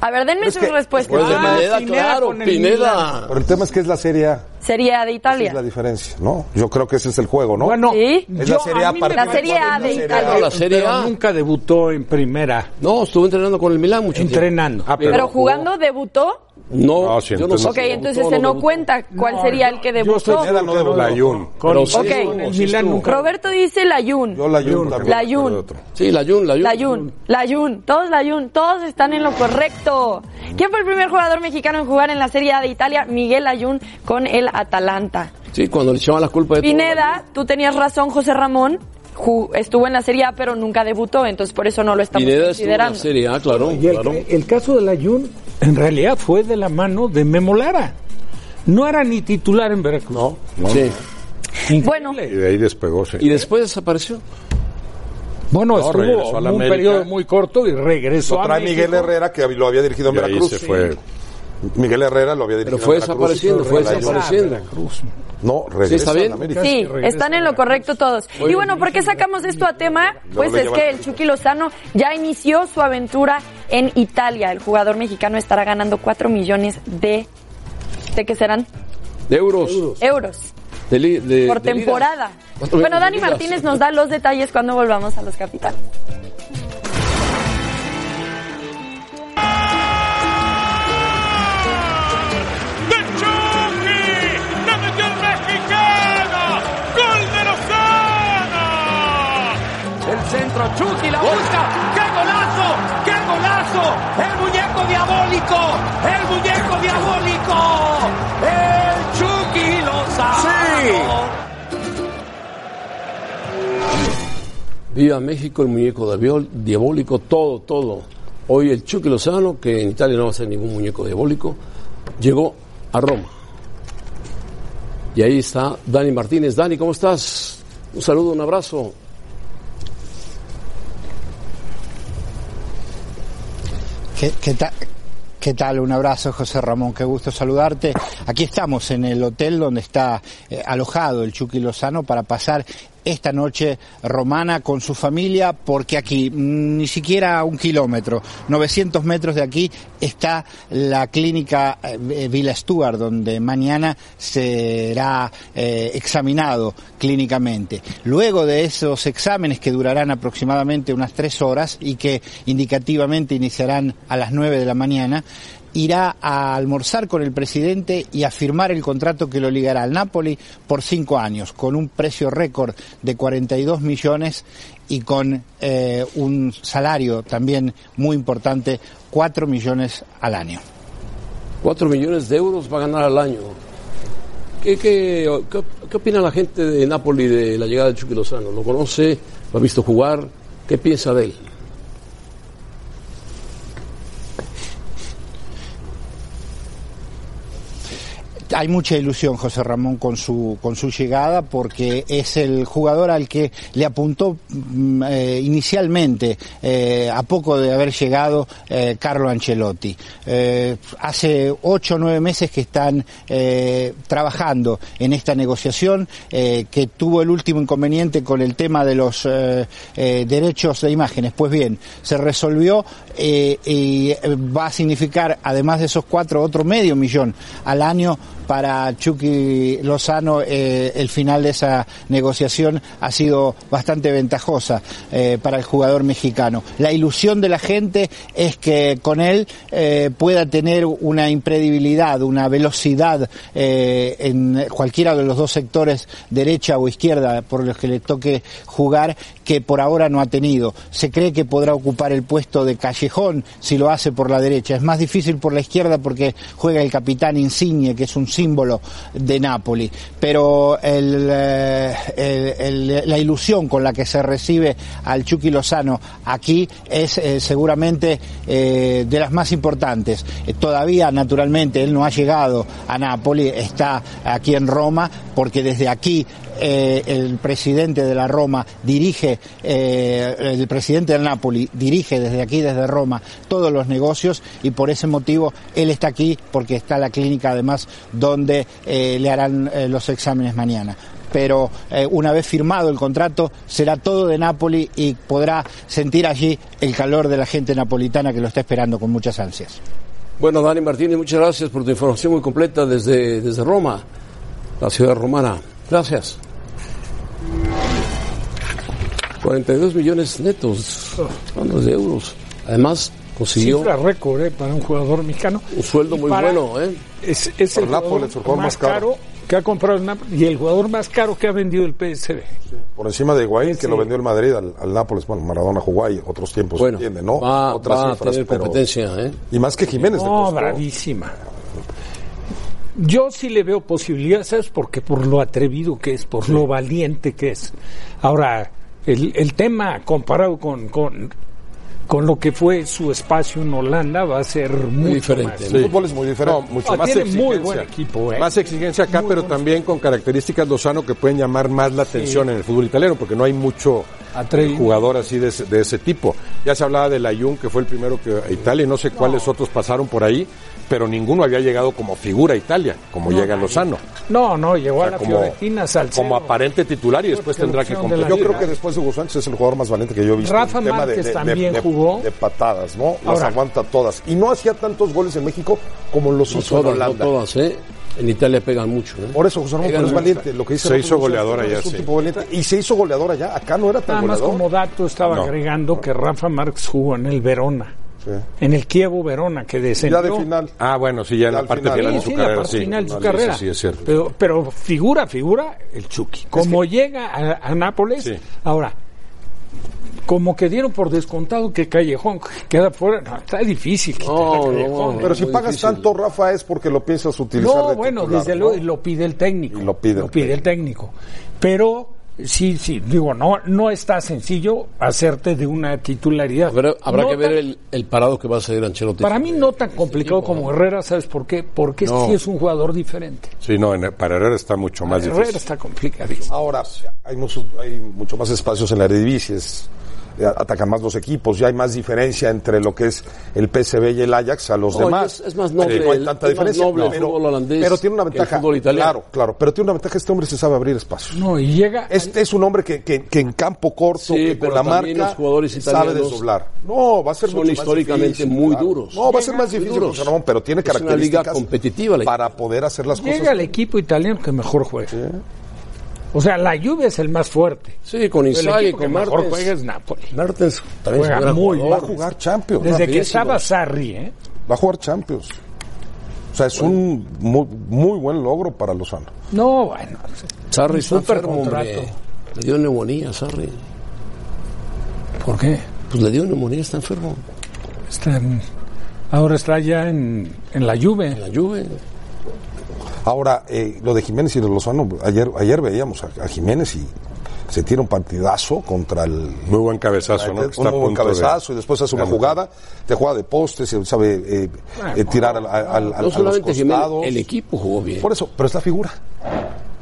[SPEAKER 6] A ver, denme sus
[SPEAKER 5] que-
[SPEAKER 6] respuestas.
[SPEAKER 1] Pues de
[SPEAKER 4] Ah,
[SPEAKER 1] Pineda,
[SPEAKER 4] Pineda
[SPEAKER 1] claro,
[SPEAKER 4] con el
[SPEAKER 1] Pineda.
[SPEAKER 5] Pero el tema es que es la Serie A,
[SPEAKER 6] Serie A de
[SPEAKER 5] es
[SPEAKER 6] Italia.
[SPEAKER 5] la diferencia, ¿no? Yo creo que ese es el juego, ¿no?
[SPEAKER 4] Bueno,
[SPEAKER 6] Sí.
[SPEAKER 4] yo-
[SPEAKER 5] Es la Serie A
[SPEAKER 4] mí me
[SPEAKER 5] para-
[SPEAKER 6] La
[SPEAKER 4] parece-
[SPEAKER 6] Serie A de
[SPEAKER 5] Serie A.
[SPEAKER 1] No, la
[SPEAKER 6] Italia.
[SPEAKER 1] Serie
[SPEAKER 4] Pero
[SPEAKER 1] A.
[SPEAKER 4] nunca debutó en primera,
[SPEAKER 1] No, estuvo entrenando con el Milán mucho tiempo.
[SPEAKER 4] entrenando.
[SPEAKER 2] Ah,
[SPEAKER 6] Pero jugando debutó.
[SPEAKER 1] No,
[SPEAKER 5] Ah,
[SPEAKER 2] No, sí,
[SPEAKER 1] yo no
[SPEAKER 2] entonces-
[SPEAKER 1] sé.
[SPEAKER 6] Ok, entonces
[SPEAKER 1] Todo
[SPEAKER 6] este
[SPEAKER 1] lo
[SPEAKER 6] no
[SPEAKER 1] debutó.
[SPEAKER 6] cuenta cuál
[SPEAKER 4] No,
[SPEAKER 6] sería
[SPEAKER 4] yo-
[SPEAKER 6] el que
[SPEAKER 4] yo estoy
[SPEAKER 6] debutó.
[SPEAKER 5] Pineda no debutó.
[SPEAKER 2] La Jun.
[SPEAKER 4] Con,
[SPEAKER 1] Pero sí
[SPEAKER 4] con
[SPEAKER 6] estuvo,
[SPEAKER 4] el
[SPEAKER 1] sí
[SPEAKER 4] Milan
[SPEAKER 1] estuvo.
[SPEAKER 4] nunca.
[SPEAKER 6] Roberto dice la Jun.
[SPEAKER 5] Yo la Jun también.
[SPEAKER 6] La Jun.
[SPEAKER 2] Otro.
[SPEAKER 1] Sí, la Jun, la Jun.
[SPEAKER 6] La Jun, la Jun, todos la Jun, todos están en lo correcto. ¿Quién fue el primer jugador mexicano en jugar en la Serie A de Italia? Miguel Ayun con el Atalanta.
[SPEAKER 1] Sí, cuando le echaban la culpa de todo.
[SPEAKER 6] Pineda, tú tenías razón, José Ramón, ju- estuvo en la Serie A pero nunca debutó, entonces por eso no lo estamos
[SPEAKER 1] Pineda estuvo en la
[SPEAKER 6] considerando.
[SPEAKER 1] Serie A, claro,
[SPEAKER 4] Y el,
[SPEAKER 1] claro.
[SPEAKER 4] el caso del Ayun, en realidad fue de la mano de Memo Lara. No era ni titular en Veracruz. No.
[SPEAKER 1] Sí.
[SPEAKER 6] Bueno,
[SPEAKER 2] Y de ahí despegó, sí.
[SPEAKER 1] Y después desapareció.
[SPEAKER 4] Bueno,
[SPEAKER 2] regresó
[SPEAKER 4] estuvo
[SPEAKER 2] a
[SPEAKER 4] en
[SPEAKER 2] la
[SPEAKER 4] un
[SPEAKER 2] América.
[SPEAKER 4] periodo muy corto y regresó
[SPEAKER 5] Lo
[SPEAKER 4] a
[SPEAKER 5] trae
[SPEAKER 4] México.
[SPEAKER 5] Miguel Herrera, que lo había dirigido en
[SPEAKER 2] Y ahí
[SPEAKER 5] Veracruz.
[SPEAKER 2] se fue.
[SPEAKER 5] Miguel Herrera lo había dirigido
[SPEAKER 1] Pero fue
[SPEAKER 5] en Veracruz.
[SPEAKER 1] desapareciendo, fue
[SPEAKER 5] La Jun.
[SPEAKER 4] Regresa a
[SPEAKER 1] desapareciendo.
[SPEAKER 4] Veracruz.
[SPEAKER 5] No, regresa
[SPEAKER 1] Sí, está bien.
[SPEAKER 5] a la América.
[SPEAKER 6] Sí,
[SPEAKER 4] regresa
[SPEAKER 6] están en lo correcto todos. Y bueno, ¿por qué sacamos esto a tema? Pues
[SPEAKER 5] lo
[SPEAKER 6] es
[SPEAKER 5] llevan
[SPEAKER 6] que
[SPEAKER 5] al
[SPEAKER 6] el Chucky Lozano ya inició su aventura en Italia. El jugador mexicano estará ganando 4 millones de... ¿De qué serán?
[SPEAKER 1] De euros.
[SPEAKER 6] Euros.
[SPEAKER 1] de li- de-
[SPEAKER 6] por
[SPEAKER 1] de liga.
[SPEAKER 6] temporada.
[SPEAKER 1] ¿Cuánto
[SPEAKER 6] Bueno,
[SPEAKER 1] vemos
[SPEAKER 6] Dani
[SPEAKER 1] de ligas?
[SPEAKER 6] Martínez nos da los detalles cuando volvamos a los capitales.
[SPEAKER 7] de Chucky, la metió el mexicano, gol de Lozano. El centro Chucky la busca, qué golazo, qué golazo, el muñeco diabólico, el muñeco diabólico, el Chucky Lozano.
[SPEAKER 1] Viva México, el muñeco diabol- diabólico, todo, todo. Hoy el Chucky Lozano, que en Italia no va a ser ningún muñeco diabólico, llegó a Roma. Y ahí está Dani Martínez. Dani, ¿cómo estás? Un saludo, un abrazo.
[SPEAKER 8] ¿Qué, qué ta- qué tal? Un abrazo, José Ramón. Qué gusto saludarte. Aquí estamos en el hotel donde está eh, alojado el Chucky Lozano para pasar esta noche romana con su familia, porque aquí, mm, ni siquiera a un kilómetro, 900 metros de aquí, está la clínica eh, eh, Villa Stuart, donde mañana será eh, examinado clínicamente. Luego de esos exámenes que durarán aproximadamente unas tres horas y que indicativamente iniciarán a las 9 de la mañana, irá a almorzar con el presidente y a firmar el contrato que lo ligará al Napoli por cinco años, con un precio récord de 42 millones y con eh, un salario también muy importante, 4 millones al año.
[SPEAKER 1] Cuatro millones de euros va a ganar al año. ¿Qué, qué, qué, qué opina la gente de Nápoli de la llegada de Chucky Lozano? ¿Lo conoce? ¿Lo ha visto jugar? ¿Qué piensa de él?
[SPEAKER 8] hay mucha ilusión José Ramón con su con su llegada porque es el jugador al que le apuntó mm, eh, inicialmente eh, a poco de haber llegado eh, Carlo Ancelotti. Eh, hace ocho o nueve meses que están eh, trabajando en esta negociación eh, que tuvo el último inconveniente con el tema de los eh, eh, derechos de imágenes. Pues bien, se resolvió eh, y eh, va a significar, además de esos cuatro, otro medio millón al año para Chucky Lozano. Eh, el final de esa negociación ha sido bastante ventajosa eh, para el jugador mexicano. La ilusión de la gente es que con él eh, pueda tener una impredibilidad, una velocidad eh, en cualquiera de los dos sectores, derecha o izquierda, por los que le toque jugar, que por ahora no ha tenido. Se cree que podrá ocupar el puesto de callejón si lo hace por la derecha. Es más difícil por la izquierda porque juega el capitán Insigne, que es un símbolo de Nápoli. Pero el, eh, el- el- la ilusión con la que se recibe al Chucky Lozano aquí es eh, seguramente eh, de las más importantes. Eh, todavía, naturalmente, él no ha llegado a Nápoli, está aquí en Roma, porque desde aquí eh, el presidente de la Roma dirige, eh, el presidente del Napoli dirige desde aquí, desde Roma, todos los negocios y por ese motivo él está aquí porque está la clínica además donde eh, le harán eh, los exámenes mañana. Pero eh, una vez firmado el contrato será todo de Napoli y podrá sentir allí el calor de la gente napolitana que lo está esperando con muchas ansias.
[SPEAKER 1] Bueno, Dani Martínez, muchas gracias por tu información muy completa desde, desde Roma, la ciudad romana. Gracias. 42 millones netos hablando de euros. Además, consiguió
[SPEAKER 4] Cifra récord eh, para un jugador mexicano.
[SPEAKER 1] un sueldo
[SPEAKER 4] Y
[SPEAKER 1] muy
[SPEAKER 4] para-
[SPEAKER 1] bueno. ¿eh?
[SPEAKER 4] Es, es
[SPEAKER 5] Para
[SPEAKER 4] el
[SPEAKER 5] Napoli,
[SPEAKER 4] jugador
[SPEAKER 5] es el jugador
[SPEAKER 4] más
[SPEAKER 5] más caro.
[SPEAKER 4] caro que ha comprado el Napoli y el jugador más caro que ha vendido el PSV.
[SPEAKER 5] Por encima de Higuaín, que lo vendió el Madrid al, al Nápoles. Bueno, Maradona jugó ahí, otros tiempos,
[SPEAKER 1] Bueno,
[SPEAKER 5] entiende, ¿no?
[SPEAKER 1] va,
[SPEAKER 5] Otras
[SPEAKER 1] va a
[SPEAKER 5] cifras,
[SPEAKER 1] tener
[SPEAKER 5] pero-
[SPEAKER 1] competencia. ¿eh?
[SPEAKER 5] Y más que Jiménez. le
[SPEAKER 4] No,
[SPEAKER 5] costó.
[SPEAKER 4] bravísima. Yo sí le veo posibilidades, ¿sabes? Porque por lo atrevido que es, por lo valiente que es. Ahora, el, el tema comparado con, con, con lo que fue su espacio en Holanda va a ser muy
[SPEAKER 1] diferente,
[SPEAKER 5] El fútbol es muy diferente.
[SPEAKER 2] No, mucho
[SPEAKER 4] Ah,
[SPEAKER 2] más
[SPEAKER 4] tiene muy
[SPEAKER 2] exigencia.
[SPEAKER 4] buen equipo, ¿eh?
[SPEAKER 2] Más exigencia acá, pero también con características Lozano que pueden llamar más la atención en el fútbol italiano, porque no hay mucho eh,
[SPEAKER 4] Atrevido.
[SPEAKER 2] jugador así de ese, de ese tipo. Ya se hablaba de Layun, que fue el primero que a Italia, y no sé cuáles otros pasaron por ahí, pero ninguno había llegado como figura a Italia, como llega Lozano.
[SPEAKER 4] No, no, llegó
[SPEAKER 2] O sea,
[SPEAKER 4] a la
[SPEAKER 2] como,
[SPEAKER 4] Fiorentina, Salcedo.
[SPEAKER 2] como aparente titular y después
[SPEAKER 4] Porque
[SPEAKER 2] tendrá que
[SPEAKER 4] opción de la
[SPEAKER 2] competir.
[SPEAKER 5] Yo
[SPEAKER 4] Sí,
[SPEAKER 5] creo
[SPEAKER 4] ¿no?
[SPEAKER 5] que después de Hugo Sánchez es el jugador más valiente que yo he visto.
[SPEAKER 4] Rafa
[SPEAKER 5] En tema
[SPEAKER 4] Márquez también jugó.
[SPEAKER 5] De patadas, ¿no? Las
[SPEAKER 4] Ahora.
[SPEAKER 5] aguanta todas. Y no hacía tantos goles en México como los
[SPEAKER 1] No
[SPEAKER 5] hizo en
[SPEAKER 1] todas, no
[SPEAKER 5] Holanda.
[SPEAKER 1] todas. ¿eh? En Italia pegan mucho, ¿no?
[SPEAKER 5] Por eso José Ramón
[SPEAKER 1] Pegan
[SPEAKER 5] pero es
[SPEAKER 1] mucho.
[SPEAKER 5] valiente. Lo que dice
[SPEAKER 2] Se
[SPEAKER 5] Rafa
[SPEAKER 2] hizo
[SPEAKER 5] González,
[SPEAKER 2] goleador
[SPEAKER 5] es
[SPEAKER 2] allá,
[SPEAKER 5] un
[SPEAKER 2] sí.
[SPEAKER 5] tipo valiente. Y se hizo goleador allá. Acá no era
[SPEAKER 4] Nada
[SPEAKER 5] tan
[SPEAKER 4] más
[SPEAKER 5] goleador.
[SPEAKER 4] como dato estaba
[SPEAKER 2] No.
[SPEAKER 4] agregando que Rafa Marx jugó en el Verona,
[SPEAKER 5] Sí.
[SPEAKER 4] en el Kievo Verona, que descendió.
[SPEAKER 5] eh, Ya de final.
[SPEAKER 2] Ah, bueno, sí, ya en
[SPEAKER 5] Al
[SPEAKER 2] la parte
[SPEAKER 5] final.
[SPEAKER 2] final
[SPEAKER 4] Sí,
[SPEAKER 2] de
[SPEAKER 4] sí,
[SPEAKER 2] su
[SPEAKER 4] la
[SPEAKER 2] carrera.
[SPEAKER 4] parte
[SPEAKER 2] Sí,
[SPEAKER 4] final de su
[SPEAKER 2] Vale,
[SPEAKER 4] carrera.
[SPEAKER 2] Sí, sí, es cierto.
[SPEAKER 4] Pero, pero figura, figura el Chucky. Como llega a, a Nápoles,
[SPEAKER 2] Sí.
[SPEAKER 4] ahora, como que dieron por descontado que Callejón queda fuera. No, está difícil. quitar a
[SPEAKER 1] No,
[SPEAKER 4] Callejón. ¿eh?
[SPEAKER 1] no,
[SPEAKER 5] Pero si
[SPEAKER 1] muy
[SPEAKER 5] pagas
[SPEAKER 1] difícil.
[SPEAKER 5] tanto, Rafa, es porque lo piensas utilizar.
[SPEAKER 4] No,
[SPEAKER 5] de
[SPEAKER 4] bueno,
[SPEAKER 5] titular,
[SPEAKER 4] desde
[SPEAKER 5] ¿no?
[SPEAKER 4] luego, y lo pide el técnico.
[SPEAKER 5] Y lo pide el
[SPEAKER 4] el técnico. Pero sí, sí, digo, no, no está sencillo hacerte de una titularidad.
[SPEAKER 1] Habrá, habrá
[SPEAKER 4] No
[SPEAKER 1] que ver
[SPEAKER 4] tan-
[SPEAKER 1] el, el parado que va a hacer Ancelotti.
[SPEAKER 4] Para mí no
[SPEAKER 2] este
[SPEAKER 4] tan complicado como Herrera, ¿sabes por qué? Porque
[SPEAKER 1] No.
[SPEAKER 4] sí es un jugador diferente.
[SPEAKER 2] Sí, no, en- para Herrera está mucho más
[SPEAKER 4] Herrera
[SPEAKER 2] difícil.
[SPEAKER 4] está complicadísimo.
[SPEAKER 5] Ahora, hay, mucho, hay mucho más espacios en la Eredivisie, es- eh, atacan más los equipos, ya hay más diferencia entre lo que es el PSV y el Ajax a los
[SPEAKER 1] No,
[SPEAKER 5] demás.
[SPEAKER 1] es- es más noble
[SPEAKER 5] Sí, no hay tanta
[SPEAKER 1] el- es más
[SPEAKER 5] diferencia,
[SPEAKER 1] noble el
[SPEAKER 5] pero,
[SPEAKER 1] fútbol holandés
[SPEAKER 5] pero tiene una
[SPEAKER 1] que el
[SPEAKER 5] ventaja.
[SPEAKER 1] fútbol italiano.
[SPEAKER 5] Claro, claro, pero tiene una ventaja, este hombre se sabe abrir espacios.
[SPEAKER 4] No, y llega.
[SPEAKER 5] Este es un hombre que, que- que en campo corto,
[SPEAKER 1] Sí,
[SPEAKER 5] que con
[SPEAKER 1] pero
[SPEAKER 5] la
[SPEAKER 1] también
[SPEAKER 5] marca,
[SPEAKER 1] los jugadores
[SPEAKER 5] sabe
[SPEAKER 1] italianos
[SPEAKER 5] desdoblar. No, va a ser
[SPEAKER 1] son
[SPEAKER 5] mucho más
[SPEAKER 1] históricamente
[SPEAKER 5] difícil,
[SPEAKER 1] muy duros.
[SPEAKER 5] No, va a ser más
[SPEAKER 1] Muy
[SPEAKER 5] difícil,
[SPEAKER 1] duros.
[SPEAKER 5] José Ramón, pero tiene
[SPEAKER 1] Es una liga
[SPEAKER 5] características
[SPEAKER 1] competitiva, la-
[SPEAKER 5] para poder hacer las
[SPEAKER 4] Llega
[SPEAKER 5] cosas.
[SPEAKER 4] el equipo italiano que mejor juega. O sea, la lluvia es el más fuerte.
[SPEAKER 1] Sí, con
[SPEAKER 4] Pero el
[SPEAKER 1] Inzaghi,
[SPEAKER 4] equipo que
[SPEAKER 1] con
[SPEAKER 4] mejor juega
[SPEAKER 1] Mertens.
[SPEAKER 4] es Napoli.
[SPEAKER 1] Mertens también
[SPEAKER 4] Juega
[SPEAKER 1] es un gran
[SPEAKER 4] muy
[SPEAKER 5] Va a
[SPEAKER 1] jugador.
[SPEAKER 5] jugar Champions.
[SPEAKER 4] Desde que
[SPEAKER 1] rapidísimo.
[SPEAKER 4] estaba Sarri, ¿eh?
[SPEAKER 5] Va a jugar Champions. O sea, es un muy, muy buen logro para Lozano.
[SPEAKER 4] No, bueno.
[SPEAKER 1] Sarri está
[SPEAKER 4] Súper
[SPEAKER 1] enfermo, hombre.
[SPEAKER 4] contrato.
[SPEAKER 1] Le dio neumonía, Sarri.
[SPEAKER 4] ¿Por qué?
[SPEAKER 1] Pues le dio neumonía, está enfermo.
[SPEAKER 4] Está en- este, ahora está ya en, en la
[SPEAKER 1] En
[SPEAKER 4] lluvia.
[SPEAKER 1] la Juve.
[SPEAKER 5] Ahora, eh, lo de Jiménez y de Lozano, ayer, ayer veíamos a, a Jiménez y se tira un partidazo contra el...
[SPEAKER 2] Muy buen cabezazo, ¿no?
[SPEAKER 5] un
[SPEAKER 2] Está a
[SPEAKER 5] muy buen
[SPEAKER 2] punto de-
[SPEAKER 5] cabezazo y después hace una
[SPEAKER 2] Claro.
[SPEAKER 5] jugada, te juega de poste, se sabe eh, eh, tirar al, al- al- a
[SPEAKER 1] No
[SPEAKER 5] los
[SPEAKER 1] solamente Jiménez,
[SPEAKER 5] costados.
[SPEAKER 1] el equipo jugó bien.
[SPEAKER 5] Por eso, pero es la figura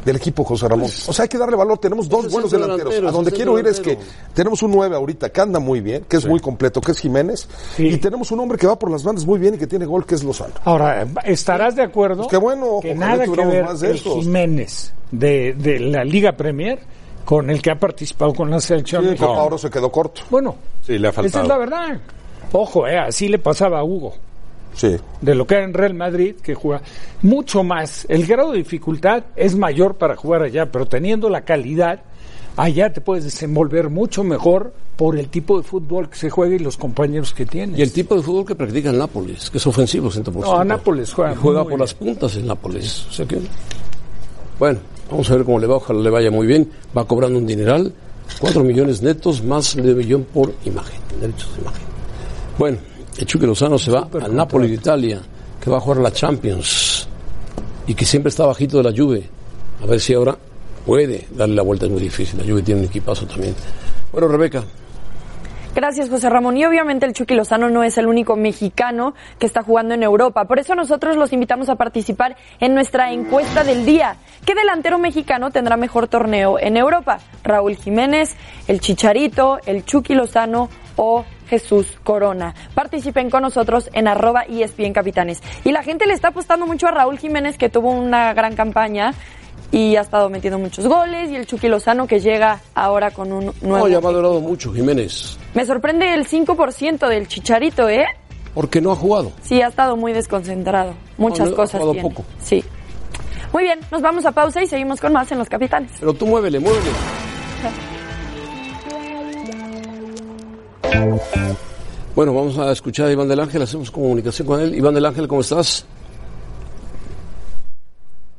[SPEAKER 5] del equipo, José Ramón. O sea, hay que darle valor. Tenemos dos
[SPEAKER 1] es
[SPEAKER 5] buenos
[SPEAKER 1] centro
[SPEAKER 5] delanteros.
[SPEAKER 1] delantero,
[SPEAKER 5] A donde
[SPEAKER 1] es un
[SPEAKER 5] quiero ir es que
[SPEAKER 1] delantero.
[SPEAKER 5] tenemos un 9 ahorita que anda muy bien, que es muy completo, que es Jiménez. Y tenemos un hombre que va por las bandas muy bien y que tiene gol, que es Lozano.
[SPEAKER 4] Ahora, ¿estarás de acuerdo?
[SPEAKER 5] Pues qué bueno,
[SPEAKER 4] que
[SPEAKER 5] ojalá
[SPEAKER 4] nada que
[SPEAKER 5] tuviéramos
[SPEAKER 4] ver
[SPEAKER 5] más de
[SPEAKER 4] el
[SPEAKER 5] esos.
[SPEAKER 4] Jiménez de, de la Liga Premier con el que ha participado con la selección.
[SPEAKER 5] Y el
[SPEAKER 4] mexicana.
[SPEAKER 5] Copa Oro se quedó corto.
[SPEAKER 4] Bueno,
[SPEAKER 2] Sí, le ha
[SPEAKER 4] esa
[SPEAKER 2] faltado.
[SPEAKER 4] es la verdad. Ojo, eh, así le pasaba a Hugo.
[SPEAKER 5] Sí.
[SPEAKER 4] de lo que era en Real Madrid, que juega mucho más. El grado de dificultad es mayor para jugar allá, pero teniendo la calidad, allá te puedes desenvolver mucho mejor por el tipo de fútbol que se juega y los compañeros que tienes.
[SPEAKER 1] Y el tipo de fútbol que practica el Nápoles, que es ofensivo 100%.
[SPEAKER 4] No, Nápoles juega
[SPEAKER 1] Y juega
[SPEAKER 4] muy
[SPEAKER 1] por las puntas el Nápoles. O sea que, bueno, vamos a ver cómo le va. Ojalá le vaya muy bien. Va cobrando un dineral. 4 millones netos más de millón por imagen. Derechos de imagen. Bueno, el Chucky Lozano se va al Nápoles de Italia, que va a jugar la Champions. Y que siempre está bajito de la Juve. A ver si ahora puede darle la vuelta. Es muy difícil. La Juve tiene un equipazo también. Bueno, Rebeca,
[SPEAKER 6] Gracias, José Ramón. Y obviamente el Chucky Lozano no es el único mexicano que está jugando en Europa. Por eso nosotros los invitamos a participar en nuestra encuesta del día. ¿Qué delantero mexicano tendrá mejor torneo en Europa? ¿Raúl Jiménez, el Chicharito, el Chucky Lozano o Jesús Corona? Participen con nosotros en arroba E ESPN Capitanes. Y la gente le está apostando mucho a Raúl Jiménez, que tuvo una gran campaña. Y ha estado metiendo muchos goles. Y el Chucky Lozano que llega ahora con un nuevo.
[SPEAKER 1] no, ya me ha durado mucho Jiménez.
[SPEAKER 6] Me sorprende el 5% del chicharito, ¿eh?
[SPEAKER 1] Porque no ha jugado.
[SPEAKER 6] Sí, ha estado muy desconcentrado. Muchas
[SPEAKER 1] No, no, ha
[SPEAKER 6] cosas
[SPEAKER 1] jugado
[SPEAKER 6] tiene.
[SPEAKER 1] poco.
[SPEAKER 6] Sí. Muy bien, nos vamos a pausa y seguimos con más en Los Capitanes.
[SPEAKER 1] Pero tú muévele, muévele. Bueno, vamos a escuchar a Iván del Ángel, hacemos comunicación con él. Iván del Ángel, ¿cómo estás?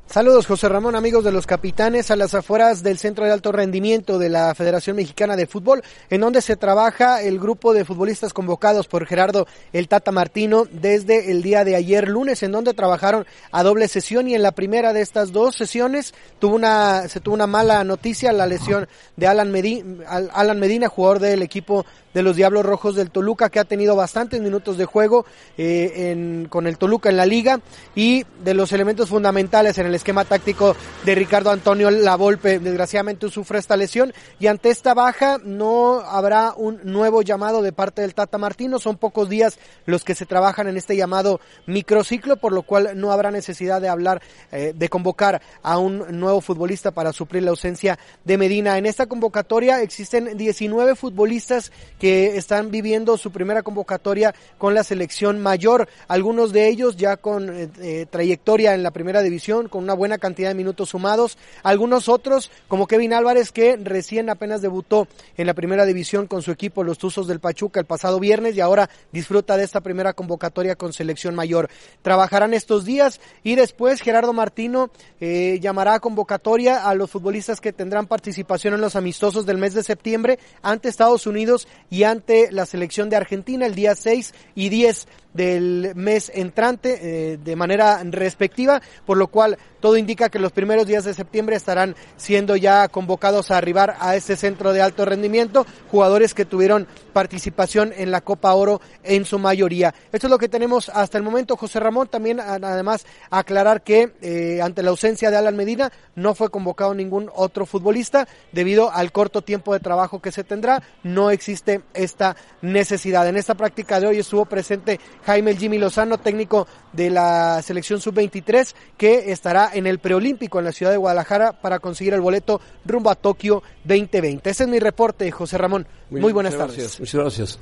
[SPEAKER 9] Saludos José Ramón, amigos de los capitanes a las afueras del Centro de Alto Rendimiento de la Federación Mexicana de Fútbol, en donde se trabaja el grupo de futbolistas convocados por Gerardo el Tata Martino desde el día de ayer lunes, en donde trabajaron a doble sesión y en la primera de estas dos sesiones tuvo una, se tuvo una mala noticia, la lesión de Alan Medina, Alan Medina jugador del equipo de los Diablos Rojos del Toluca, que ha tenido bastantes minutos de juego eh, en- con el Toluca en la liga y de los elementos fundamentales en el esquema táctico de Ricardo Antonio Lavolpe. Desgraciadamente sufre esta lesión y ante esta baja no habrá un nuevo llamado de parte del Tata Martino. Son pocos días los que se trabajan en este llamado microciclo, por lo cual no habrá necesidad de hablar, eh, de convocar a un nuevo futbolista para suplir la ausencia de Medina. En esta convocatoria existen 19 futbolistas que que están viviendo su primera convocatoria con la selección mayor. Algunos de ellos ya con eh, eh, trayectoria en la primera división, con una buena cantidad de minutos sumados. Algunos otros, como Kevin Álvarez, que recién apenas debutó en la primera división con su equipo, los Tuzos del Pachuca, el pasado viernes y ahora disfruta de esta primera convocatoria con selección mayor. Trabajarán estos días y después Gerardo Martino eh, llamará a convocatoria a los futbolistas que tendrán participación en los amistosos del mes de septiembre ante Estados Unidos y ante la selección de Argentina el día 6 y 10 del mes entrante eh, de manera respectiva, por lo cual todo indica que los primeros días de septiembre estarán siendo ya convocados a arribar a este centro de alto rendimiento, jugadores que tuvieron participación en la Copa Oro en su mayoría. Esto es lo que tenemos hasta el momento, José Ramón. También a- además aclarar que eh, ante la ausencia de Alan Medina no fue convocado ningún otro futbolista debido al corto tiempo de trabajo que se tendrá. No existe esta necesidad. En esta práctica de hoy estuvo presente Jaime El Jimmy Lozano, técnico de la selección sub-23, que estará en el preolímpico en la ciudad de Guadalajara para conseguir el boleto rumbo a Tokio 2020. Ese es mi reporte, José Ramón. Muy,
[SPEAKER 1] bien,
[SPEAKER 9] buenas
[SPEAKER 1] muchas
[SPEAKER 9] tardes.
[SPEAKER 1] gracias, muchas gracias.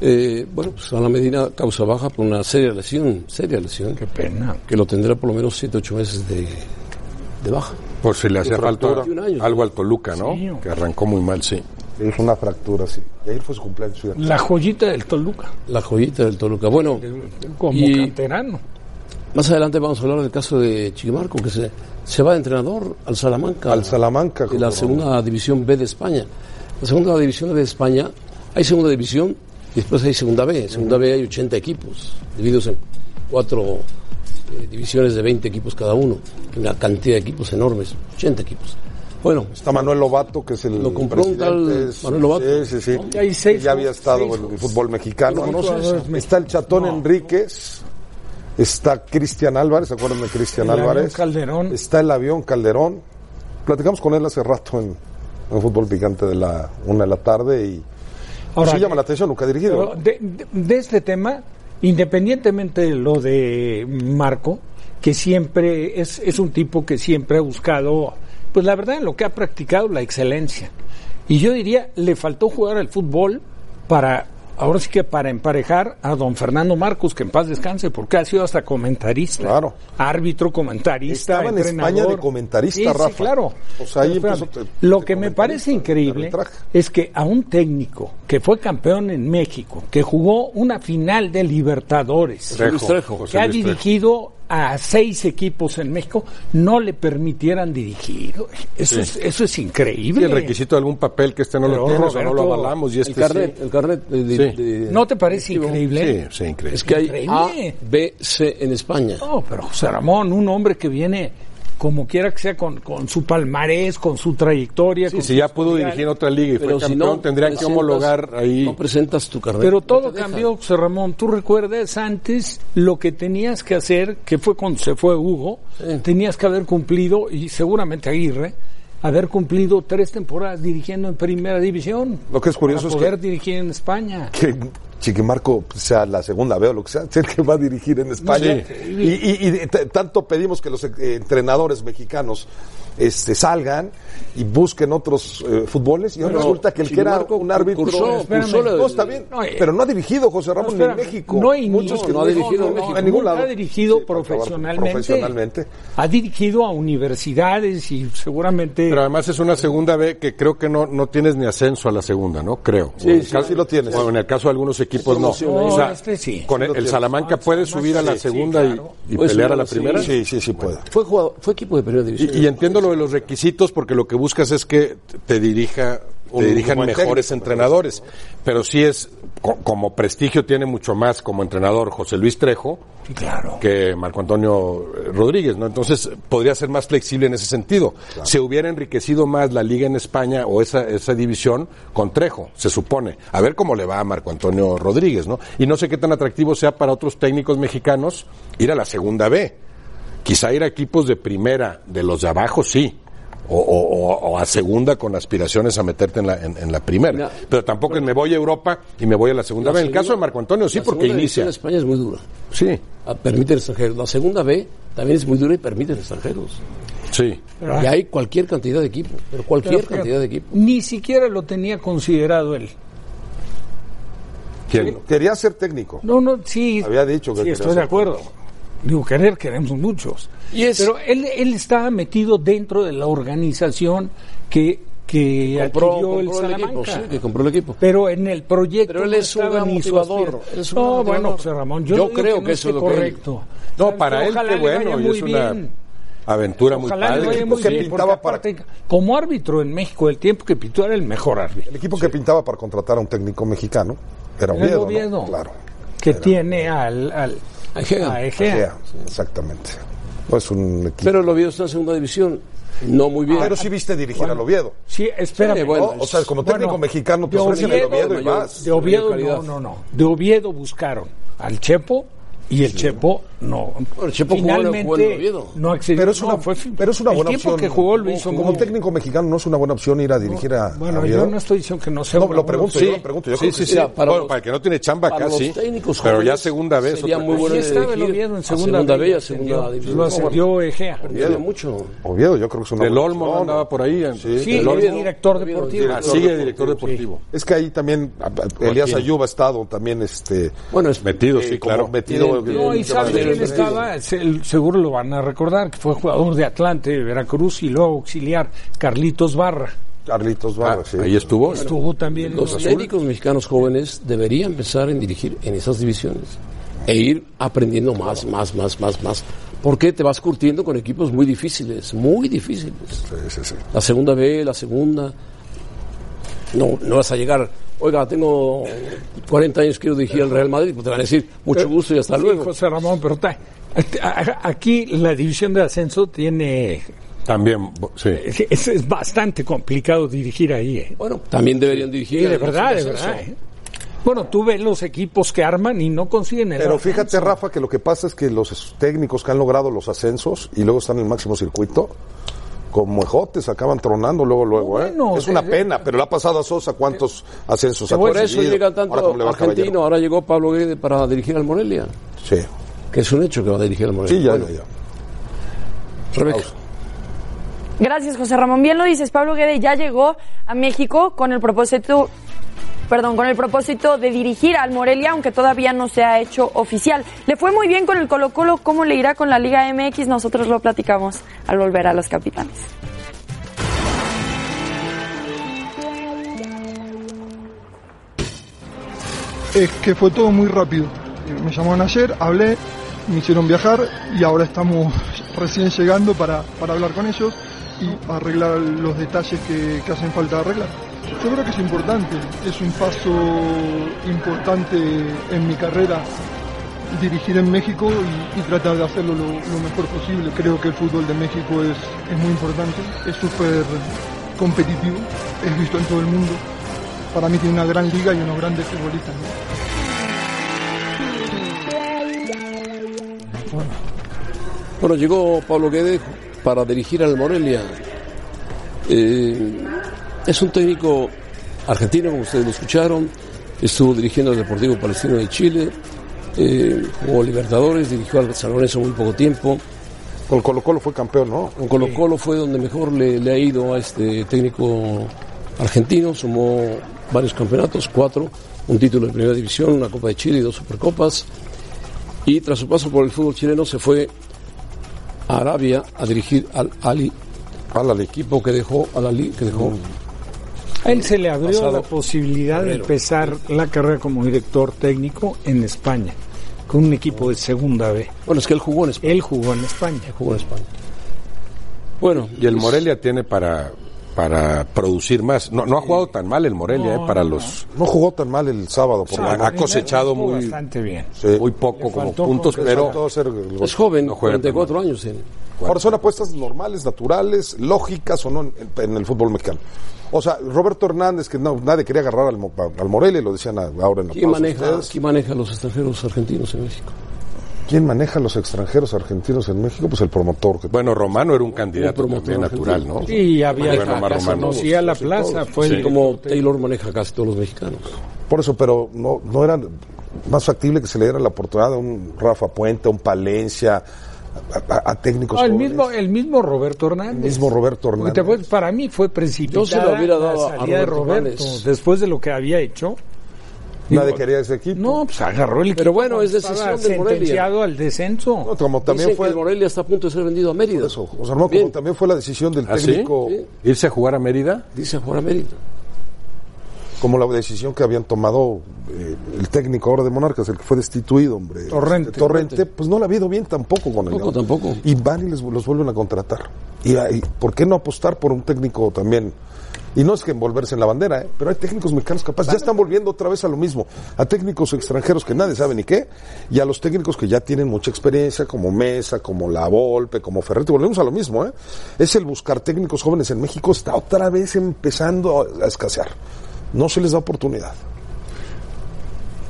[SPEAKER 1] Eh, bueno, pues Ana Medina causa baja por una seria lesión, seria lesión. Qué
[SPEAKER 4] pena.
[SPEAKER 1] Que lo tendrá por lo menos 7, 8 meses de, de baja.
[SPEAKER 2] Por si le hacía falta
[SPEAKER 1] fractura. 21 años.
[SPEAKER 2] algo al Toluca, ¿no?
[SPEAKER 4] Sí.
[SPEAKER 2] Que arrancó muy mal, sí.
[SPEAKER 5] Es una fractura, sí. Y ayer fue su cumpleaños. sí.
[SPEAKER 4] La joyita del Toluca,
[SPEAKER 1] La joyita del Toluca. Bueno,
[SPEAKER 4] como
[SPEAKER 1] Y-
[SPEAKER 4] canterano.
[SPEAKER 1] más adelante vamos a hablar del caso de Chiquimarco, que se, se va de entrenador al Salamanca.
[SPEAKER 5] Al Salamanca.
[SPEAKER 1] de la
[SPEAKER 5] José Ramón.
[SPEAKER 1] segunda división B de España. La segunda división B de España, hay segunda división y después hay segunda B. En segunda B hay 80 equipos, divididos en cuatro eh, divisiones de 20 equipos cada uno. Una cantidad de equipos enormes, 80 equipos. Bueno,
[SPEAKER 5] Está Manuel Lobato, que es el.
[SPEAKER 1] Lo compró un tal
[SPEAKER 5] presidente, es-
[SPEAKER 1] Manuel Lobato.
[SPEAKER 5] Sí, sí, sí.
[SPEAKER 4] Ya hay seis,
[SPEAKER 5] ya había
[SPEAKER 4] ¿no?
[SPEAKER 5] estado
[SPEAKER 4] Seis,
[SPEAKER 5] en el fútbol mexicano.
[SPEAKER 1] ¿Lo conoces?
[SPEAKER 5] Está el Chatón Enríquez. Está Cristian Álvarez, ¿se acuerdan de Cristian
[SPEAKER 4] El avión
[SPEAKER 5] Álvarez?
[SPEAKER 4] Calderón.
[SPEAKER 5] Está el avión Calderón. Platicamos con él hace rato en, en Fútbol Picante de la una de la tarde y
[SPEAKER 4] Ahora,
[SPEAKER 5] sí llama la atención, nunca ha dirigido.
[SPEAKER 4] Pero de, de- de este tema, independientemente de lo de Marco, que siempre es, es un tipo que siempre ha buscado, pues la verdad, en lo que ha practicado, la excelencia. Y yo diría, le faltó jugar al fútbol para, ahora sí que para emparejar a don Fernando Marcos, que en paz descanse, porque ha sido hasta comentarista.
[SPEAKER 5] Claro.
[SPEAKER 4] Árbitro, comentarista.
[SPEAKER 5] Estaba en
[SPEAKER 4] entrenador.
[SPEAKER 5] España de comentarista,
[SPEAKER 4] Sí, sí,
[SPEAKER 5] Rafa.
[SPEAKER 4] claro.
[SPEAKER 5] O sea, Pues ahí
[SPEAKER 4] Pero
[SPEAKER 5] empezó
[SPEAKER 4] espérame,
[SPEAKER 5] de-
[SPEAKER 4] lo
[SPEAKER 5] de
[SPEAKER 4] que me
[SPEAKER 5] comentarista,
[SPEAKER 4] parece
[SPEAKER 5] de
[SPEAKER 4] increíble
[SPEAKER 5] arbitraje.
[SPEAKER 4] es que a un técnico que fue campeón en México, que jugó una final de Libertadores,
[SPEAKER 2] Trejo,
[SPEAKER 1] Luis Trejo.
[SPEAKER 2] José
[SPEAKER 4] que ha
[SPEAKER 2] Luis Trejo.
[SPEAKER 4] dirigido a seis equipos en México, no le permitieran dirigir. Eso, es, eso es
[SPEAKER 2] Sí,
[SPEAKER 4] increíble.
[SPEAKER 2] el requisito de algún papel que este no
[SPEAKER 4] Pero,
[SPEAKER 2] lo tiene, o no
[SPEAKER 4] Roberto,
[SPEAKER 2] lo avalamos y
[SPEAKER 1] el
[SPEAKER 2] este
[SPEAKER 1] carnet, el carnet de- de-
[SPEAKER 2] Sí.
[SPEAKER 1] de-
[SPEAKER 4] ¿No te parece increíble?
[SPEAKER 2] sí. Sí, sí, increíble.
[SPEAKER 1] es que hay
[SPEAKER 4] Increíble. Oh,
[SPEAKER 1] A, B, C en España.
[SPEAKER 4] No, pero José Ramón, un hombre que viene como quiera que sea, con, con su palmarés, con su trayectoria.
[SPEAKER 2] Sí,
[SPEAKER 4] con
[SPEAKER 2] si
[SPEAKER 4] su
[SPEAKER 2] ya pudo
[SPEAKER 4] historial.
[SPEAKER 2] dirigir en otra liga y fue campeón, tendrían que
[SPEAKER 1] presentas-
[SPEAKER 2] homologar ahí.
[SPEAKER 1] No presentas tu carnet.
[SPEAKER 4] Pero
[SPEAKER 1] no
[SPEAKER 4] todo
[SPEAKER 1] te dejan.
[SPEAKER 4] cambió, José Ramón. Tú recuerdas antes lo que tenías que hacer, que fue cuando se fue Hugo, tenías que haber cumplido, y seguramente Aguirre, haber cumplido tres temporadas dirigiendo en primera división.
[SPEAKER 5] Lo que es curioso
[SPEAKER 4] para
[SPEAKER 5] es
[SPEAKER 4] poder
[SPEAKER 5] que-
[SPEAKER 4] dirigir en España.
[SPEAKER 5] que Chiquimarco sea la segunda veo lo que sea, *laughs* es el que va a dirigir en España. Y, y- y de- t- tanto pedimos que los eh, entrenadores mexicanos este, salgan y busquen otros eh, futboles. Y ahora resulta que el que era
[SPEAKER 1] Chiquimarco
[SPEAKER 5] un árbitro.
[SPEAKER 1] cursó-
[SPEAKER 4] Espérame.
[SPEAKER 1] cursó la-
[SPEAKER 5] No, está bien,
[SPEAKER 4] No, eh,
[SPEAKER 5] pero no ha dirigido José Ramón ni en
[SPEAKER 4] espérame,
[SPEAKER 5] México.
[SPEAKER 4] no, y ni-
[SPEAKER 5] Muchos que
[SPEAKER 1] no, no ha dirigido en México.
[SPEAKER 5] en ningún lado.
[SPEAKER 4] Ha dirigido
[SPEAKER 5] Sí, para acabar,
[SPEAKER 4] profesionalmente.
[SPEAKER 5] profesionalmente.
[SPEAKER 4] Ha dirigido a universidades y seguramente...
[SPEAKER 2] Pero además es una segunda B que creo que no, no tienes ni ascenso a la segunda, ¿no? Creo. O en el
[SPEAKER 5] sí,
[SPEAKER 2] caso-
[SPEAKER 5] sí lo tienes.
[SPEAKER 2] o en el caso de algunos equipos no.
[SPEAKER 4] No,
[SPEAKER 2] O sea,
[SPEAKER 4] este sí. Pues
[SPEAKER 2] con el, el
[SPEAKER 5] Ah,
[SPEAKER 2] Salamanca puede subir a la segunda y- y,
[SPEAKER 1] Puede
[SPEAKER 2] pelear
[SPEAKER 1] subir
[SPEAKER 2] a la
[SPEAKER 1] a la
[SPEAKER 2] primera.
[SPEAKER 5] Sí, sí, sí puede.
[SPEAKER 1] Fue, jugador- fue equipo de primera división.
[SPEAKER 2] Y, y entiendo lo de los requisitos porque lo que buscas es que te dirija
[SPEAKER 5] Un
[SPEAKER 2] te dirijan
[SPEAKER 5] buen
[SPEAKER 2] mejores
[SPEAKER 5] técnico,
[SPEAKER 2] entrenadores, pero sí es co- como prestigio tiene mucho más como entrenador José Luis Trejo
[SPEAKER 4] Claro.
[SPEAKER 2] que Marco Antonio eh, Rodríguez, ¿no? Entonces podría ser más flexible en ese sentido. Se hubiera enriquecido más la liga en España o esa, esa división con Trejo, se supone. A ver cómo le va a Marco Antonio Rodríguez, ¿no? Y no sé qué tan atractivo sea para otros técnicos mexicanos ir a la segunda B. Quizá ir a equipos de primera, de los de abajo sí. O, o- o- o a segunda con aspiraciones a meterte en la, en, en la primera.
[SPEAKER 1] Mira,
[SPEAKER 2] pero tampoco me voy a Europa y me voy a la segunda
[SPEAKER 1] La
[SPEAKER 2] B. En el
[SPEAKER 1] segunda-
[SPEAKER 2] caso de Marco Antonio sí,
[SPEAKER 1] la
[SPEAKER 2] porque
[SPEAKER 1] segunda
[SPEAKER 2] inicia.
[SPEAKER 1] división de España es muy dura.
[SPEAKER 2] Sí,
[SPEAKER 1] Ah, Permite extranjeros. La segunda B también es muy dura y permite extranjeros.
[SPEAKER 2] sí.
[SPEAKER 4] ah.
[SPEAKER 1] Y hay cualquier cantidad de equipo. Pero cualquier
[SPEAKER 4] Pero fíjate,
[SPEAKER 1] cantidad de equipo.
[SPEAKER 4] Ni siquiera lo tenía considerado él.
[SPEAKER 5] ¿Quién? Quería ser técnico.
[SPEAKER 4] No, no, sí.
[SPEAKER 5] Había dicho que
[SPEAKER 4] sí,
[SPEAKER 5] quería
[SPEAKER 4] estoy de
[SPEAKER 5] ser
[SPEAKER 4] acuerdo. Digo, querer queremos muchos.
[SPEAKER 1] Y es-
[SPEAKER 4] Pero él, él estaba metido dentro de la organización que, que
[SPEAKER 1] Compró-
[SPEAKER 4] adquirió el
[SPEAKER 1] compró el
[SPEAKER 4] Salamanca.
[SPEAKER 1] equipo, sí, que compró el equipo.
[SPEAKER 4] Pero en el proyecto.
[SPEAKER 1] Pero él
[SPEAKER 4] no
[SPEAKER 1] es un
[SPEAKER 4] estaba
[SPEAKER 1] gran
[SPEAKER 4] ni sus
[SPEAKER 1] motivador.
[SPEAKER 4] pies.
[SPEAKER 1] él es un
[SPEAKER 4] no,
[SPEAKER 1] gran
[SPEAKER 4] bueno,
[SPEAKER 1] motivador.
[SPEAKER 4] José Ramón, yo,
[SPEAKER 1] Yo
[SPEAKER 4] digo
[SPEAKER 1] creo
[SPEAKER 4] no
[SPEAKER 1] que eso es lo que él-
[SPEAKER 4] correcto.
[SPEAKER 2] No,
[SPEAKER 4] ¿Sabes
[SPEAKER 2] para
[SPEAKER 4] qué?
[SPEAKER 2] él,
[SPEAKER 4] Ojalá
[SPEAKER 2] qué
[SPEAKER 4] le vaya
[SPEAKER 2] bueno, y
[SPEAKER 4] muy
[SPEAKER 2] es una
[SPEAKER 4] bien.
[SPEAKER 2] aventura muy
[SPEAKER 4] Ojalá le
[SPEAKER 2] padre.
[SPEAKER 4] vaya
[SPEAKER 5] equipo
[SPEAKER 4] muy
[SPEAKER 5] que
[SPEAKER 4] bien, porque
[SPEAKER 5] pintaba para-
[SPEAKER 4] aparte, como árbitro en México, el tiempo que pitó era el mejor árbitro.
[SPEAKER 5] El equipo que pintaba para contratar a un técnico mexicano era
[SPEAKER 4] Era el
[SPEAKER 5] Oviedo,
[SPEAKER 4] Oviedo.
[SPEAKER 5] ¿no? Claro.
[SPEAKER 4] que tiene al, al
[SPEAKER 1] A Egea.
[SPEAKER 4] a Egea.
[SPEAKER 5] Yeah, exactamente. Pues un equipo.
[SPEAKER 1] Pero el Oviedo está en segunda división. No muy
[SPEAKER 2] Ah,
[SPEAKER 1] bien.
[SPEAKER 5] Pero sí viste dirigir al Oviedo.
[SPEAKER 4] Sí, espérame.
[SPEAKER 1] Sí, bueno,
[SPEAKER 5] ¿no? O sea, como técnico
[SPEAKER 4] Bueno,
[SPEAKER 5] mexicano te
[SPEAKER 4] de
[SPEAKER 5] ofrecen el
[SPEAKER 4] Oviedo,
[SPEAKER 5] Oviedo y
[SPEAKER 1] mayor-
[SPEAKER 5] vas.
[SPEAKER 4] de Oviedo
[SPEAKER 1] calidad.
[SPEAKER 4] no, no, no. De Oviedo buscaron al Chepo y el Chepo no.
[SPEAKER 1] Pero el Chepo jugó en-
[SPEAKER 4] Finalmente
[SPEAKER 1] jugó en el Oviedo.
[SPEAKER 4] no accedió.
[SPEAKER 5] Pero es
[SPEAKER 4] No,
[SPEAKER 5] una,
[SPEAKER 4] fue-
[SPEAKER 5] pero es una
[SPEAKER 4] el
[SPEAKER 5] buena
[SPEAKER 4] tiempo
[SPEAKER 5] opción.
[SPEAKER 4] que jugó lo hizo
[SPEAKER 5] como
[SPEAKER 4] muy-
[SPEAKER 5] técnico mexicano no es una buena opción ir a dirigir a,
[SPEAKER 4] Bueno,
[SPEAKER 5] a Oviedo.
[SPEAKER 4] yo no estoy diciendo que no sea
[SPEAKER 5] No,
[SPEAKER 4] una
[SPEAKER 5] lo
[SPEAKER 4] buena
[SPEAKER 5] pregunto,
[SPEAKER 4] opción.
[SPEAKER 5] yo lo pregunto. Yo
[SPEAKER 2] Sí,
[SPEAKER 5] creo
[SPEAKER 2] sí,
[SPEAKER 5] que
[SPEAKER 2] sí.
[SPEAKER 1] Mira, para
[SPEAKER 2] Bueno,
[SPEAKER 1] los-
[SPEAKER 2] para el que no tiene chamba
[SPEAKER 1] para
[SPEAKER 2] acá,
[SPEAKER 1] los
[SPEAKER 2] sí.
[SPEAKER 1] técnicos
[SPEAKER 2] Pero ya
[SPEAKER 1] jóvenes
[SPEAKER 2] segunda vez.
[SPEAKER 1] sería
[SPEAKER 2] otra
[SPEAKER 1] muy
[SPEAKER 2] vez.
[SPEAKER 1] bueno
[SPEAKER 4] Ahí estaba el
[SPEAKER 1] dirigir
[SPEAKER 4] Oviedo en
[SPEAKER 1] a
[SPEAKER 4] segunda,
[SPEAKER 1] segunda
[SPEAKER 4] B,
[SPEAKER 1] B y a
[SPEAKER 4] lo
[SPEAKER 2] Pues
[SPEAKER 1] segunda
[SPEAKER 4] ascendió-
[SPEAKER 1] división.
[SPEAKER 4] Lo ascendió Egea.
[SPEAKER 1] Pierde mucho.
[SPEAKER 5] Oviedo, yo creo que es una
[SPEAKER 2] Del
[SPEAKER 5] buena
[SPEAKER 2] Olmo
[SPEAKER 5] opción.
[SPEAKER 2] andaba por ahí.
[SPEAKER 5] Sí.
[SPEAKER 4] Sí,
[SPEAKER 1] El
[SPEAKER 4] el
[SPEAKER 1] Oviedo.
[SPEAKER 4] director
[SPEAKER 1] Oviedo,
[SPEAKER 4] deportivo.
[SPEAKER 2] Ah, sigue director deportivo.
[SPEAKER 5] Es que ahí también a- a- Elías Ayub ha estado también este
[SPEAKER 1] Bueno, es
[SPEAKER 2] Metido, sí,
[SPEAKER 5] eh, como
[SPEAKER 2] claro.
[SPEAKER 5] metido
[SPEAKER 1] Bien,
[SPEAKER 4] No, y
[SPEAKER 1] Qué
[SPEAKER 4] sabes
[SPEAKER 1] maravilla,
[SPEAKER 4] quién
[SPEAKER 1] qué
[SPEAKER 4] estaba, Se- seguro lo van a recordar, que fue jugador de Atlante, de Veracruz y luego auxiliar, Carlitos Barra.
[SPEAKER 5] Carlitos
[SPEAKER 2] Ah,
[SPEAKER 5] Barra, sí.
[SPEAKER 2] Ahí estuvo.
[SPEAKER 4] Estuvo también.
[SPEAKER 1] Los técnicos mexicanos jóvenes deberían empezar en dirigir en esas divisiones e ir aprendiendo más, más, más, más, más. Porque te vas curtiendo con equipos muy difíciles, muy difíciles.
[SPEAKER 5] Sí, sí, sí.
[SPEAKER 1] La segunda B, la segunda. No, no vas a llegar. Oiga, tengo 40 años quiero dirigir al Real Madrid. Pues te van a decir, mucho gusto y hasta
[SPEAKER 4] Sí,
[SPEAKER 1] luego.
[SPEAKER 4] José Ramón, pero ta- a- a- aquí la división de ascenso tiene.
[SPEAKER 2] También, bo- sí.
[SPEAKER 4] Es, es- es bastante complicado dirigir ahí. ¿eh?
[SPEAKER 1] Bueno, también deberían dirigir.
[SPEAKER 4] Sí,
[SPEAKER 1] a
[SPEAKER 4] de
[SPEAKER 1] la
[SPEAKER 4] verdad, de
[SPEAKER 1] división ascenso.
[SPEAKER 4] verdad. ¿eh? Bueno, tú ves los equipos que arman y no consiguen el.
[SPEAKER 5] Pero fíjate, Rafa, que lo que pasa es que los técnicos que han logrado los ascensos y luego están en el máximo circuito, como ejotes, acaban tronando luego, luego, ¿eh?
[SPEAKER 4] Bueno,
[SPEAKER 5] es una
[SPEAKER 4] eh,
[SPEAKER 5] pena, pero la ha pasado a Sosa cuántos ascensos ha
[SPEAKER 1] Por eso
[SPEAKER 5] conseguido?
[SPEAKER 1] llega
[SPEAKER 5] Ahora cómo le
[SPEAKER 1] tanto
[SPEAKER 5] va al
[SPEAKER 1] argentino.
[SPEAKER 5] caballero.
[SPEAKER 1] Ahora llegó Pablo Guede para dirigir al Morelia.
[SPEAKER 5] Sí,
[SPEAKER 1] Que es un hecho que va a dirigir al Morelia.
[SPEAKER 5] sí, ya,
[SPEAKER 1] Bueno,
[SPEAKER 5] ya, ya.
[SPEAKER 1] Rebeca.
[SPEAKER 6] Gracias, José Ramón. Bien lo dices, Pablo Guede ya llegó a México con el propósito, perdón, con el propósito de dirigir al Morelia, aunque todavía no se ha hecho oficial. Le fue muy bien con el Colo Colo, ¿cómo le irá con la Liga MX? Nosotros lo platicamos al volver a los capitanes.
[SPEAKER 10] es que fue todo muy rápido. Eh, Me llamaron ayer, hablé, me hicieron viajar y ahora estamos *laughs* recién llegando para, para hablar con ellos y arreglar los detalles que, que hacen falta arreglar. Yo creo que es importante, es un paso importante en mi carrera dirigir en México y, y tratar de hacerlo lo, lo mejor posible. Creo que el fútbol de México es, es muy importante, es súper competitivo, es visto en todo el mundo. Para mí tiene una gran liga y unos grandes futbolistas. ¿no?
[SPEAKER 1] Bueno, llegó Pablo Guede para dirigir al Morelia. Eh, es un técnico argentino, como ustedes lo escucharon. Estuvo dirigiendo al Deportivo Palestino de Chile. Eh, jugó Libertadores, dirigió al San Lorenzo muy poco tiempo.
[SPEAKER 5] Con Colo Colo fue campeón, ¿no?
[SPEAKER 1] Con Colo Colo fue donde mejor le, le ha ido a este técnico argentino. Sumó varios campeonatos, cuatro, un título de primera división, una Copa de Chile y dos Supercopas. Y tras su paso por el fútbol chileno se fue a Arabia a dirigir al Ali,
[SPEAKER 5] A la liga.
[SPEAKER 1] equipo que dejó, al Ali que dejó.
[SPEAKER 5] Mm,
[SPEAKER 4] A él se le abrió
[SPEAKER 1] Pasado
[SPEAKER 4] la posibilidad de empezar la carrera como director técnico en España, con un equipo de segunda B.
[SPEAKER 1] Bueno, es que él jugó en España.
[SPEAKER 4] Él jugó en España.
[SPEAKER 1] Jugó en España. Bueno,
[SPEAKER 2] Y el Morelia tiene para, para producir más. No, no ha jugado tan mal el Morelia, eh, para los.
[SPEAKER 5] No jugó tan mal el sábado por la
[SPEAKER 2] ha
[SPEAKER 5] noche.
[SPEAKER 2] cosechado
[SPEAKER 4] Jugó
[SPEAKER 2] muy,
[SPEAKER 4] Bastante bien.
[SPEAKER 5] Sí.
[SPEAKER 2] muy poco como
[SPEAKER 4] faltó
[SPEAKER 2] puntos,
[SPEAKER 5] Le
[SPEAKER 2] pero
[SPEAKER 5] faltó hacer el gol.
[SPEAKER 1] es joven,
[SPEAKER 2] No juega tan
[SPEAKER 1] 44 años tiene.
[SPEAKER 5] Ahora son apuestas normales, naturales, lógicas o no en, en el fútbol mexicano. O sea, Roberto Hernández, que no, nadie quería agarrar al, Mo- al Morelia, lo decían a- ahora en la
[SPEAKER 1] ¿Quién
[SPEAKER 5] pausa
[SPEAKER 1] maneja,
[SPEAKER 5] ustedes.
[SPEAKER 1] ¿Quién maneja a los extranjeros argentinos en México?
[SPEAKER 5] ¿Quién maneja a los extranjeros argentinos en México? Pues el promotor. Que...
[SPEAKER 2] bueno, Romano era un candidato
[SPEAKER 1] promotor
[SPEAKER 2] también natural,
[SPEAKER 1] argentino.
[SPEAKER 2] ¿no?
[SPEAKER 4] Y había
[SPEAKER 2] Bueno, Omar
[SPEAKER 4] casa,
[SPEAKER 2] Romano.
[SPEAKER 4] conocía la plaza, fue el
[SPEAKER 1] Como Taylor maneja casi todos los mexicanos.
[SPEAKER 5] Por eso, pero no, no era más factible que se le diera la oportunidad a un Rafa Puente, a un Palencia, a, a- a técnicos
[SPEAKER 4] No, Ah, el
[SPEAKER 5] jóvenes.
[SPEAKER 4] mismo, el mismo Roberto Hernández.
[SPEAKER 5] El mismo Roberto
[SPEAKER 4] Porque
[SPEAKER 5] Hernández.
[SPEAKER 4] te acuerdas, para mí fue
[SPEAKER 1] Yo se
[SPEAKER 4] precipitada
[SPEAKER 1] lo hubiera dado a
[SPEAKER 4] la salida de
[SPEAKER 1] Roberto
[SPEAKER 4] Roberto
[SPEAKER 1] Hernández.
[SPEAKER 4] después de lo que había hecho.
[SPEAKER 5] Nadie quería ese equipo.
[SPEAKER 4] No, pues agarró el equipo.
[SPEAKER 1] Pero bueno, es
[SPEAKER 4] Estaba
[SPEAKER 1] decisión de Morelia.
[SPEAKER 4] sentenciado al descenso.
[SPEAKER 5] No, como también
[SPEAKER 1] Dicen
[SPEAKER 5] fue.
[SPEAKER 1] que el Morelia está a punto de ser vendido a Mérida.
[SPEAKER 5] Eso, José Ramón,
[SPEAKER 1] Bien.
[SPEAKER 5] Pues como también fue la decisión del
[SPEAKER 2] ¿Ah, sí?
[SPEAKER 5] técnico,
[SPEAKER 2] ¿Irse a jugar a Mérida?
[SPEAKER 1] Dice fuera Mérida.
[SPEAKER 5] como la decisión que habían tomado eh, el técnico ahora de Monarcas, el que fue destituido, hombre.
[SPEAKER 4] Torrente.
[SPEAKER 5] Este, Torrente, pues no la ha ido bien tampoco con el
[SPEAKER 1] Tampoco, tampoco.
[SPEAKER 5] Y van y les, los vuelven a contratar. Y, ahí, ¿Por qué no apostar por un técnico también? Y no es que envolverse en la bandera, ¿eh? pero hay técnicos mexicanos capaces. Ya están volviendo otra vez a lo mismo. A técnicos extranjeros que nadie sabe ni qué. Y a los técnicos que ya tienen mucha experiencia, como Mesa, como La Volpe, como Ferretti. Volvemos a lo mismo, ¿eh? Es el buscar técnicos jóvenes en México. Está otra vez empezando a- a escasear. No se les da oportunidad.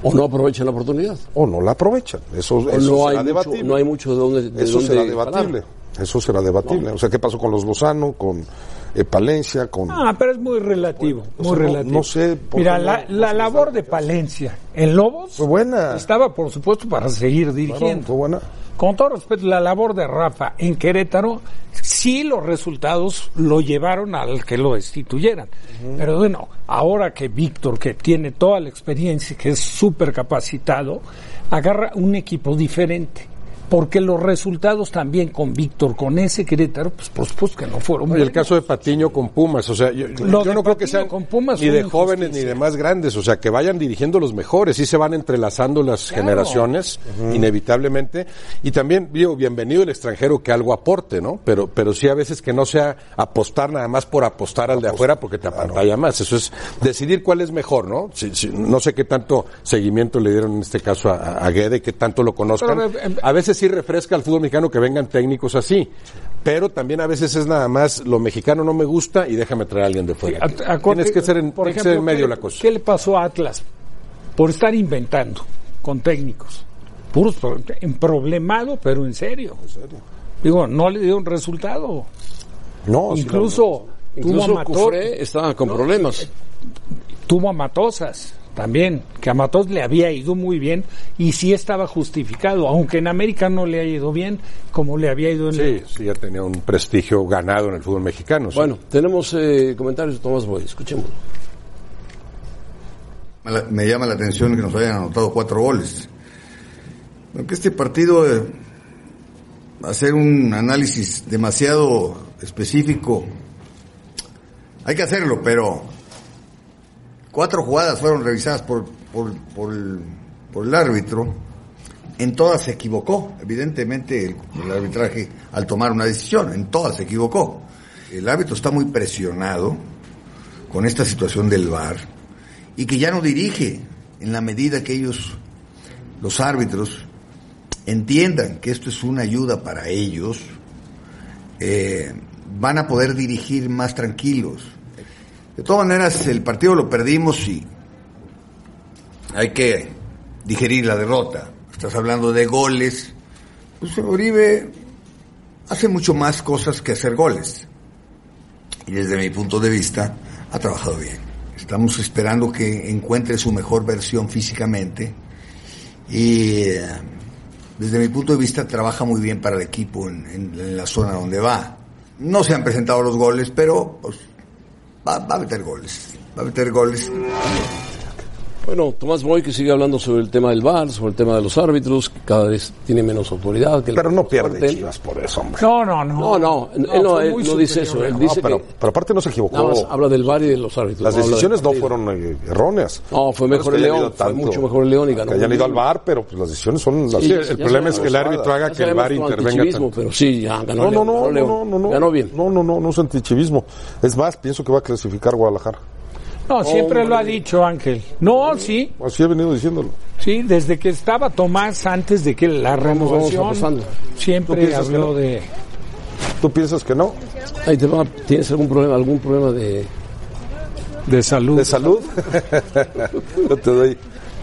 [SPEAKER 1] O no aprovechan la oportunidad.
[SPEAKER 5] O no la aprovechan. Eso,
[SPEAKER 1] O
[SPEAKER 5] eso será
[SPEAKER 1] no, hay mucho,
[SPEAKER 5] debatible.
[SPEAKER 1] no hay mucho de dónde. de
[SPEAKER 5] Eso será
[SPEAKER 1] dónde
[SPEAKER 5] debatible.
[SPEAKER 1] jalar.
[SPEAKER 5] Eso será debatible. O sea, ¿qué pasó con los Lozano, con eh, Palencia, con...
[SPEAKER 4] Ah, pero es muy relativo,
[SPEAKER 5] o
[SPEAKER 4] muy
[SPEAKER 5] sea, no-
[SPEAKER 4] relativo.
[SPEAKER 5] no sé por
[SPEAKER 4] Mira,
[SPEAKER 5] qué
[SPEAKER 4] la,
[SPEAKER 5] no- no
[SPEAKER 4] la
[SPEAKER 5] se les
[SPEAKER 4] labor
[SPEAKER 5] da
[SPEAKER 4] de Palencia en Lobos
[SPEAKER 5] Fue buena.
[SPEAKER 4] estaba, por supuesto, para seguir
[SPEAKER 5] Claro,
[SPEAKER 4] dirigiendo.
[SPEAKER 5] fue buena.
[SPEAKER 4] Con todo respeto, la labor de Rafa en Querétaro, sí los resultados lo llevaron al que lo destituyeran. Pero bueno, ahora que Víctor, que tiene toda la experiencia, y que es súper capacitado, agarra un equipo diferente. Porque los resultados también con Víctor, con ese Querétaro, pues por supuesto que no fueron
[SPEAKER 2] Y el
[SPEAKER 4] buenos.
[SPEAKER 2] caso de Patiño con Pumas, o sea, yo, yo
[SPEAKER 4] Lo de
[SPEAKER 2] no creo que
[SPEAKER 4] Patiño
[SPEAKER 2] sean
[SPEAKER 4] con Pumas
[SPEAKER 2] ni
[SPEAKER 4] fue
[SPEAKER 2] de
[SPEAKER 4] una
[SPEAKER 2] jóvenes ni
[SPEAKER 4] injusticia.
[SPEAKER 2] de más grandes, o sea, que vayan dirigiendo los mejores, sí se van entrelazando las generaciones, inevitablemente, y también, digo, bienvenido el extranjero que algo aporte, ¿no? Pero, pero sí a veces que no sea apostar nada más por apostar al de afuera porque te apantalla más, eso es decidir cuál es mejor, ¿no? Si- si- no sé qué tanto seguimiento le dieron en este caso a, a- a Guede, que tanto lo conozcan.
[SPEAKER 4] Pero, eh,
[SPEAKER 2] A veces sí refresca al fútbol mexicano que vengan técnicos así, pero también a veces es nada más lo mexicano no me gusta y déjame traer a alguien de fuera.
[SPEAKER 4] A- a-
[SPEAKER 2] Tienes que ser en,
[SPEAKER 4] por
[SPEAKER 2] tiene que ser en
[SPEAKER 4] ejemplo,
[SPEAKER 2] medio
[SPEAKER 4] ¿qué-
[SPEAKER 2] la cosa.
[SPEAKER 4] ¿Qué le pasó a Atlas? Por estar inventando con técnicos. Puros pro- en problemado, pero en serio. Digo, no le dio un resultado.
[SPEAKER 5] No, sí,
[SPEAKER 4] incluso tuvo,
[SPEAKER 1] Incluso
[SPEAKER 4] a Mato-
[SPEAKER 1] Cufré estaba con problemas.
[SPEAKER 4] tuvo a Matosas también, que a Matos le había ido muy bien y sí estaba justificado, aunque en América no le ha ido bien como le había ido en
[SPEAKER 2] Sí, sí, ya tenía un prestigio ganado en el fútbol mexicano. sí.
[SPEAKER 1] Bueno, tenemos eh, comentarios de Tomás Boy, escuchemos.
[SPEAKER 11] Me- Me llama la atención que nos hayan anotado cuatro goles. Aunque este partido, eh, hacer un análisis demasiado específico, hay que hacerlo, pero cuatro jugadas fueron revisadas por, por, por el, por el árbitro. En todas se equivocó, evidentemente, el, el arbitraje al tomar una decisión, en todas se equivocó. El árbitro está muy presionado con esta situación del VAR y que ya no dirige en la medida que ellos, los árbitros, entiendan que esto es una ayuda para ellos, eh, van a poder dirigir más tranquilos. De todas maneras, el partido lo perdimos y hay que digerir la derrota. Estás hablando de goles. Pues Oribe hace mucho más cosas que hacer goles y desde mi punto de vista ha trabajado bien. Estamos esperando que encuentre su mejor versión físicamente y eh, desde mi punto de vista trabaja muy bien para el equipo en, en- en la zona donde va. No se han presentado los goles, pero pues, va, va a meter goles. Va a meter goles.
[SPEAKER 1] Bueno, Tomás Boy que sigue hablando sobre el tema del VAR, sobre el tema de los árbitros, que cada vez tiene menos autoridad. Que el
[SPEAKER 5] Pero no
[SPEAKER 1] más
[SPEAKER 5] pierde
[SPEAKER 1] fuerte.
[SPEAKER 5] Chivas por eso, hombre.
[SPEAKER 4] No, no, no.
[SPEAKER 1] No, no, él
[SPEAKER 5] Ah,
[SPEAKER 1] no,
[SPEAKER 4] fue
[SPEAKER 1] él
[SPEAKER 4] muy
[SPEAKER 1] no dice eso.
[SPEAKER 4] superior.
[SPEAKER 1] Él
[SPEAKER 5] No,
[SPEAKER 1] dice
[SPEAKER 5] pero,
[SPEAKER 1] que
[SPEAKER 5] pero aparte no se
[SPEAKER 1] nada
[SPEAKER 5] equivocó.
[SPEAKER 1] más habla del VAR y de los árbitros.
[SPEAKER 5] Las
[SPEAKER 1] habla del
[SPEAKER 5] decisiones no
[SPEAKER 1] partido.
[SPEAKER 5] fueron eh, erróneas.
[SPEAKER 1] No, fue mejor
[SPEAKER 5] es que hayan
[SPEAKER 1] el León,
[SPEAKER 5] ido
[SPEAKER 1] fue
[SPEAKER 5] tanto.
[SPEAKER 1] mucho mejor el León y ganó.
[SPEAKER 5] Que hayan ido al bar, pero pues las decisiones son las...
[SPEAKER 1] Sí,
[SPEAKER 2] Sí,
[SPEAKER 1] ya-
[SPEAKER 2] el
[SPEAKER 1] ya
[SPEAKER 2] problema es
[SPEAKER 1] sabemos.
[SPEAKER 2] que el árbitro haga
[SPEAKER 1] Ya
[SPEAKER 2] que el
[SPEAKER 1] sabemos
[SPEAKER 2] VAR
[SPEAKER 1] tu
[SPEAKER 2] intervenga.
[SPEAKER 1] antichivismo,
[SPEAKER 2] tanto.
[SPEAKER 1] Pero sí, ya ganó
[SPEAKER 5] No, no,
[SPEAKER 1] el León.
[SPEAKER 5] no,
[SPEAKER 1] ganó
[SPEAKER 5] no,
[SPEAKER 1] el León.
[SPEAKER 5] no, no,
[SPEAKER 1] Ganó bien.
[SPEAKER 5] No, no, no, no es antichivismo. Es más, pienso que va a clasificar Guadalajara.
[SPEAKER 4] No, siempre lo ha dicho Ángel. No, sí,
[SPEAKER 5] Así he venido diciéndolo.
[SPEAKER 4] Sí, desde que estaba Tomás, antes de que la renovación,
[SPEAKER 1] vamos avanzando.
[SPEAKER 5] ¿Tú
[SPEAKER 4] siempre
[SPEAKER 5] piensas que
[SPEAKER 4] habló
[SPEAKER 5] no?
[SPEAKER 4] de...
[SPEAKER 5] ¿Tú piensas que no?
[SPEAKER 1] Ahí te va, ¿Tienes algún problema, algún problema de
[SPEAKER 4] de salud.
[SPEAKER 5] ¿De salud? Yo te doy,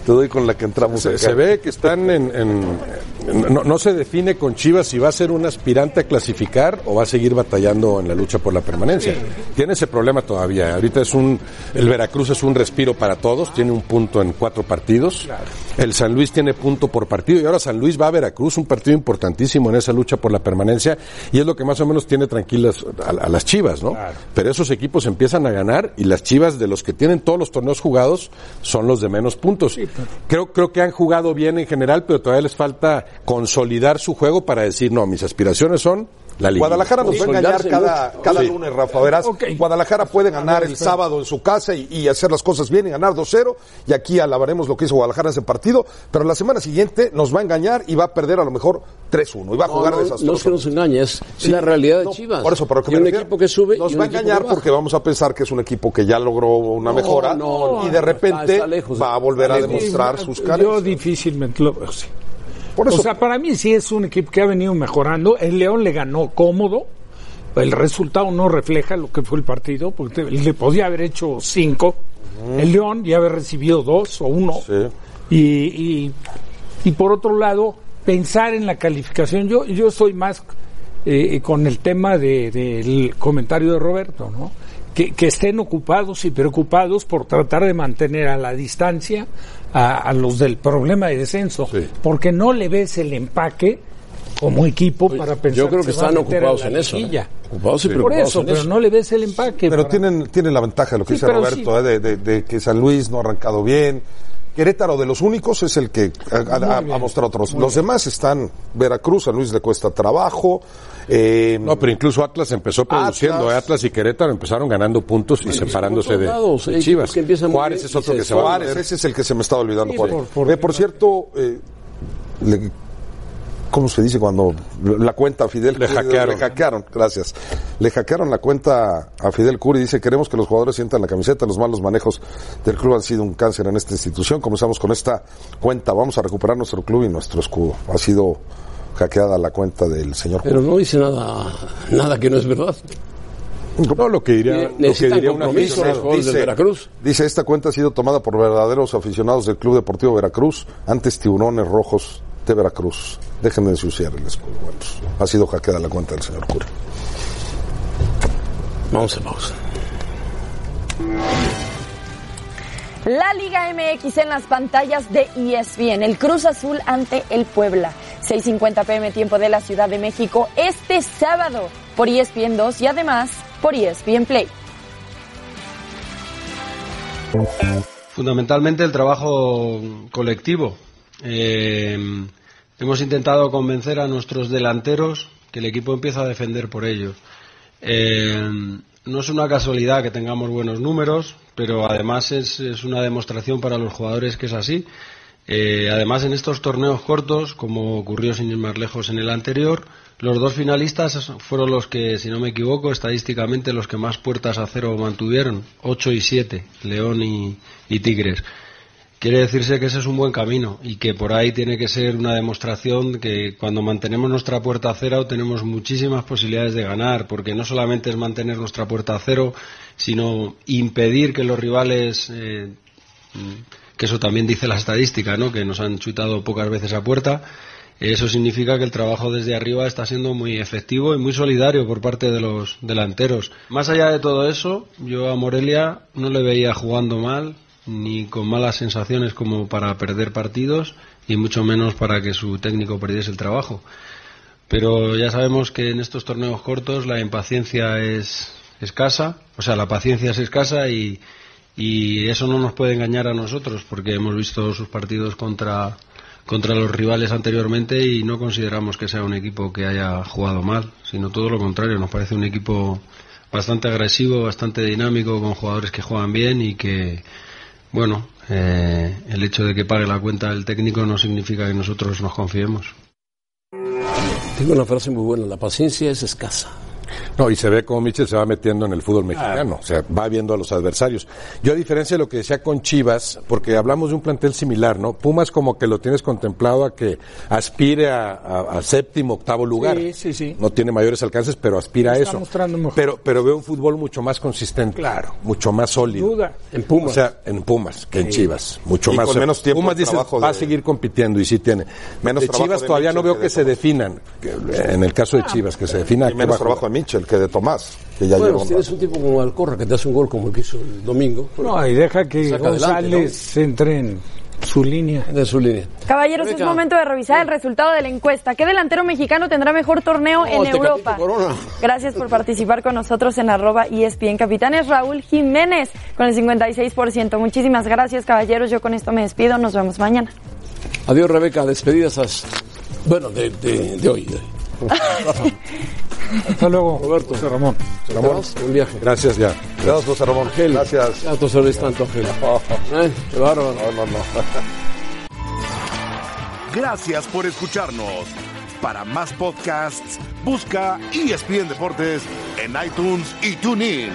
[SPEAKER 5] Te doy con la que entramos
[SPEAKER 2] Se,
[SPEAKER 5] acá.
[SPEAKER 2] se ve que están en... en- en- no, no se define con Chivas si va a ser un aspirante a clasificar o va a seguir batallando en la lucha por la permanencia. Tiene ese problema todavía. Ahorita es un... El Veracruz es un respiro para todos. Tiene un punto en cuatro partidos. El San Luis tiene punto por partido. Y ahora San Luis va a Veracruz, un partido importantísimo en esa lucha por la permanencia. Y es lo que más o menos tiene tranquilas a, a las Chivas, ¿no? Pero esos equipos empiezan a ganar y las Chivas de los que tienen todos los torneos jugados son los de menos puntos. Creo, creo que han jugado bien en general, pero todavía les falta consolidar su juego para decir, no, mis aspiraciones son la liga.
[SPEAKER 5] Guadalajara nos va a engañar cada, cada
[SPEAKER 2] Sí.
[SPEAKER 5] lunes, Rafa. Verás, Guadalajara puede ganar el sábado en su casa y, y hacer las cosas bien y ganar 2-0. Y aquí alabaremos lo que hizo Guadalajara en ese partido. Pero la semana siguiente nos va a engañar y va a perder a lo mejor 3-1. Y va a jugar
[SPEAKER 1] no,
[SPEAKER 5] desastroso.
[SPEAKER 1] no es que nos engañe, es
[SPEAKER 5] Sí.
[SPEAKER 1] la realidad de
[SPEAKER 5] No,
[SPEAKER 1] Chivas.
[SPEAKER 5] Por eso, pero que
[SPEAKER 1] Y
[SPEAKER 5] me
[SPEAKER 1] un
[SPEAKER 5] refiero,
[SPEAKER 1] equipo que sube y
[SPEAKER 5] Nos
[SPEAKER 1] un
[SPEAKER 5] va a
[SPEAKER 1] equipo que
[SPEAKER 5] engañar
[SPEAKER 1] baja.
[SPEAKER 5] porque vamos a pensar que es un equipo que ya logró una
[SPEAKER 1] No,
[SPEAKER 5] mejora
[SPEAKER 1] no,
[SPEAKER 5] y de repente
[SPEAKER 1] está lejos.
[SPEAKER 5] va a volver a
[SPEAKER 4] Sí,
[SPEAKER 5] demostrar
[SPEAKER 4] yo-
[SPEAKER 5] sus caras.
[SPEAKER 4] Yo difícilmente lo veo, sí.
[SPEAKER 5] Por
[SPEAKER 4] O sea, para mí sí es un equipo que ha venido mejorando. El León le ganó cómodo. El resultado no refleja lo que fue el partido, porque le podía haber hecho cinco. El León y haber recibido dos o uno. Y, y, y por otro lado, pensar en la calificación. Yo, yo soy más eh, con el tema de- del comentario de Roberto, ¿no? Que, que estén ocupados y preocupados por tratar de mantener a la distancia a, a los del problema de descenso, porque no le ves el empaque como equipo para pensar
[SPEAKER 1] Yo creo que
[SPEAKER 4] se va a
[SPEAKER 1] están
[SPEAKER 4] meter a
[SPEAKER 1] ocupados
[SPEAKER 4] la
[SPEAKER 1] en eso. ¿eh?
[SPEAKER 4] liguilla.
[SPEAKER 1] Ocupados y
[SPEAKER 5] Sí.
[SPEAKER 4] Por
[SPEAKER 1] preocupados
[SPEAKER 4] eso,
[SPEAKER 1] en
[SPEAKER 4] pero
[SPEAKER 1] eso.
[SPEAKER 4] no le ves el empaque.
[SPEAKER 5] Pero
[SPEAKER 4] para-
[SPEAKER 5] tienen, tienen la ventaja de lo que
[SPEAKER 4] Sí,
[SPEAKER 5] dice
[SPEAKER 4] pero
[SPEAKER 5] Roberto,
[SPEAKER 4] sí.
[SPEAKER 5] eh, de, de- de que San Luis no ha arrancado bien. Querétaro de los únicos es el que ha, ha- ha mostrado otros. Los demás están Veracruz, San Luis le cuesta trabajo. eh,
[SPEAKER 2] No, pero incluso Atlas empezó produciendo. ¿eh? Atlas, y Querétaro empezaron ganando puntos y separándose de, de Chivas. Juárez es otro que se va a
[SPEAKER 5] Juárez,
[SPEAKER 2] perder.
[SPEAKER 5] ese es el que se me estaba olvidando.
[SPEAKER 2] Sí,
[SPEAKER 5] Juárez. Eh,
[SPEAKER 2] por-
[SPEAKER 5] Por, cierto, eh, le- ¿cómo se dice cuando la cuenta a Fidel
[SPEAKER 2] Le hackearon.
[SPEAKER 5] Le hackearon, gracias. Le hackearon la cuenta a Fidel Curi. Dice, queremos que los jugadores sientan la camiseta. Los malos manejos del club han sido un cáncer en esta institución. Comenzamos con esta cuenta. Vamos a recuperar nuestro club y nuestro escudo. Ha sido hackeada la cuenta del señor
[SPEAKER 1] Pero no dice nada, nada que no es verdad.
[SPEAKER 2] No, lo que diría, lo que
[SPEAKER 1] Necesitan
[SPEAKER 2] diría un
[SPEAKER 1] compromiso
[SPEAKER 2] aficionado.
[SPEAKER 1] los jugadores del Veracruz.
[SPEAKER 5] Dice, esta cuenta ha sido tomada por verdaderos aficionados del Club Deportivo Veracruz, antes tiburones rojos de Veracruz. Dejen de ensuciar el escudo. Bueno, pues, ha sido hackeada la cuenta del señor Curi.
[SPEAKER 1] Vamos a pausa.
[SPEAKER 6] La Liga MX en las pantallas de E ESPN. El Cruz Azul ante el Puebla. 6.50 pm tiempo de la Ciudad de México este sábado por E ESPN 2 y además por E ESPN Play.
[SPEAKER 12] Fundamentalmente el trabajo colectivo. Eh, hemos intentado convencer a nuestros delanteros que el equipo empieza a defender por ellos. Eh, no es una casualidad que tengamos buenos números, pero además es, es una demostración para los jugadores que es así. Eh, además, en estos torneos cortos, como ocurrió sin ir más lejos en el anterior, los dos finalistas fueron los que, si no me equivoco, estadísticamente los que más puertas a cero mantuvieron, 8 y 7, León y, y Tigres. Quiere decirse que ese es un buen camino y que por ahí tiene que ser una demostración que cuando mantenemos nuestra puerta a cero tenemos muchísimas posibilidades de ganar, porque no solamente es mantener nuestra puerta a cero, sino impedir que los rivales eh, que eso también dice la estadística, ¿no? que nos han chutado pocas veces a puerta. Eso significa que el trabajo desde arriba está siendo muy efectivo y muy solidario por parte de los delanteros. Más allá de todo eso, yo a Morelia no le veía jugando mal ni con malas sensaciones como para perder partidos y mucho menos para que su técnico perdiese el trabajo. Pero ya sabemos que en estos torneos cortos la impaciencia es escasa, o sea, la paciencia es escasa y, y eso no nos puede engañar a nosotros porque hemos visto sus partidos contra contra los rivales anteriormente y no consideramos que sea un equipo que haya jugado mal, sino todo lo contrario, nos parece un equipo bastante agresivo, bastante dinámico, con jugadores que juegan bien y que, bueno, eh, el hecho de que pague la cuenta el técnico no significa que nosotros nos confiemos.
[SPEAKER 1] Tengo una frase muy buena, la paciencia es escasa.
[SPEAKER 2] No, y se ve cómo Michel se va metiendo en el fútbol mexicano, o sea, va viendo a los adversarios. Yo a diferencia de lo que decía con Chivas, porque hablamos de un plantel similar, ¿no? Pumas como que lo tienes contemplado a que aspire a, a- a séptimo, octavo lugar.
[SPEAKER 4] Sí, sí, sí.
[SPEAKER 2] No tiene mayores alcances, pero aspira a
[SPEAKER 4] Está
[SPEAKER 2] eso.
[SPEAKER 4] mostrando mejor.
[SPEAKER 2] Pero, pero veo un fútbol mucho más consistente, claro. mucho más sólido.
[SPEAKER 4] Duda.
[SPEAKER 2] En Pumas. O sea, en Pumas que en
[SPEAKER 5] Sí.
[SPEAKER 2] Chivas, mucho
[SPEAKER 5] Y
[SPEAKER 2] más.
[SPEAKER 5] con menos tiempo
[SPEAKER 2] Pumas
[SPEAKER 5] de
[SPEAKER 2] dice,
[SPEAKER 5] trabajo
[SPEAKER 2] va a
[SPEAKER 5] de-
[SPEAKER 2] seguir compitiendo y sí tiene.
[SPEAKER 5] Menos
[SPEAKER 2] de
[SPEAKER 5] trabajo
[SPEAKER 2] Chivas
[SPEAKER 5] de
[SPEAKER 2] todavía no
[SPEAKER 5] Mitchell
[SPEAKER 2] veo
[SPEAKER 5] que
[SPEAKER 2] que,
[SPEAKER 5] de
[SPEAKER 2] se definan. que- En el
[SPEAKER 4] Ah,
[SPEAKER 2] caso de Chivas, que
[SPEAKER 4] pues,
[SPEAKER 2] se defina.
[SPEAKER 5] Y menos trabajo
[SPEAKER 2] de Mitchell que de Tomás, que ya
[SPEAKER 1] bueno, si tienes un tipo como Alcorra que te hace un gol como el que hizo el domingo. pues,
[SPEAKER 4] No, y deja que
[SPEAKER 1] saca
[SPEAKER 4] González
[SPEAKER 1] adelante,
[SPEAKER 4] entre en su línea.
[SPEAKER 1] En su línea.
[SPEAKER 6] Caballeros, es momento de revisar el resultado de la encuesta. ¿Qué delantero mexicano tendrá mejor torneo en
[SPEAKER 1] Tecatito
[SPEAKER 6] Europa? Gracias por participar con nosotros en arroba E ESPN Capitanes. Raúl Jiménez con el 56%. Muchísimas gracias, caballeros. Yo con esto me despido. Nos vemos mañana.
[SPEAKER 1] Adiós, Rebeca. Despedidas. as- Bueno, de, de- de hoy. de hoy.
[SPEAKER 4] Hasta luego. Roberto. Ramón.
[SPEAKER 1] Ramón, buen viaje.
[SPEAKER 2] Gracias, ya.
[SPEAKER 5] Gracias, José Ramón. Gracias.
[SPEAKER 1] Ya tú sabes tanto, Ángel. Eh, qué bárbaro. No, no, no.
[SPEAKER 13] Gracias por escucharnos. Para más podcasts, busca ESPN Deportes en iTunes y TuneIn.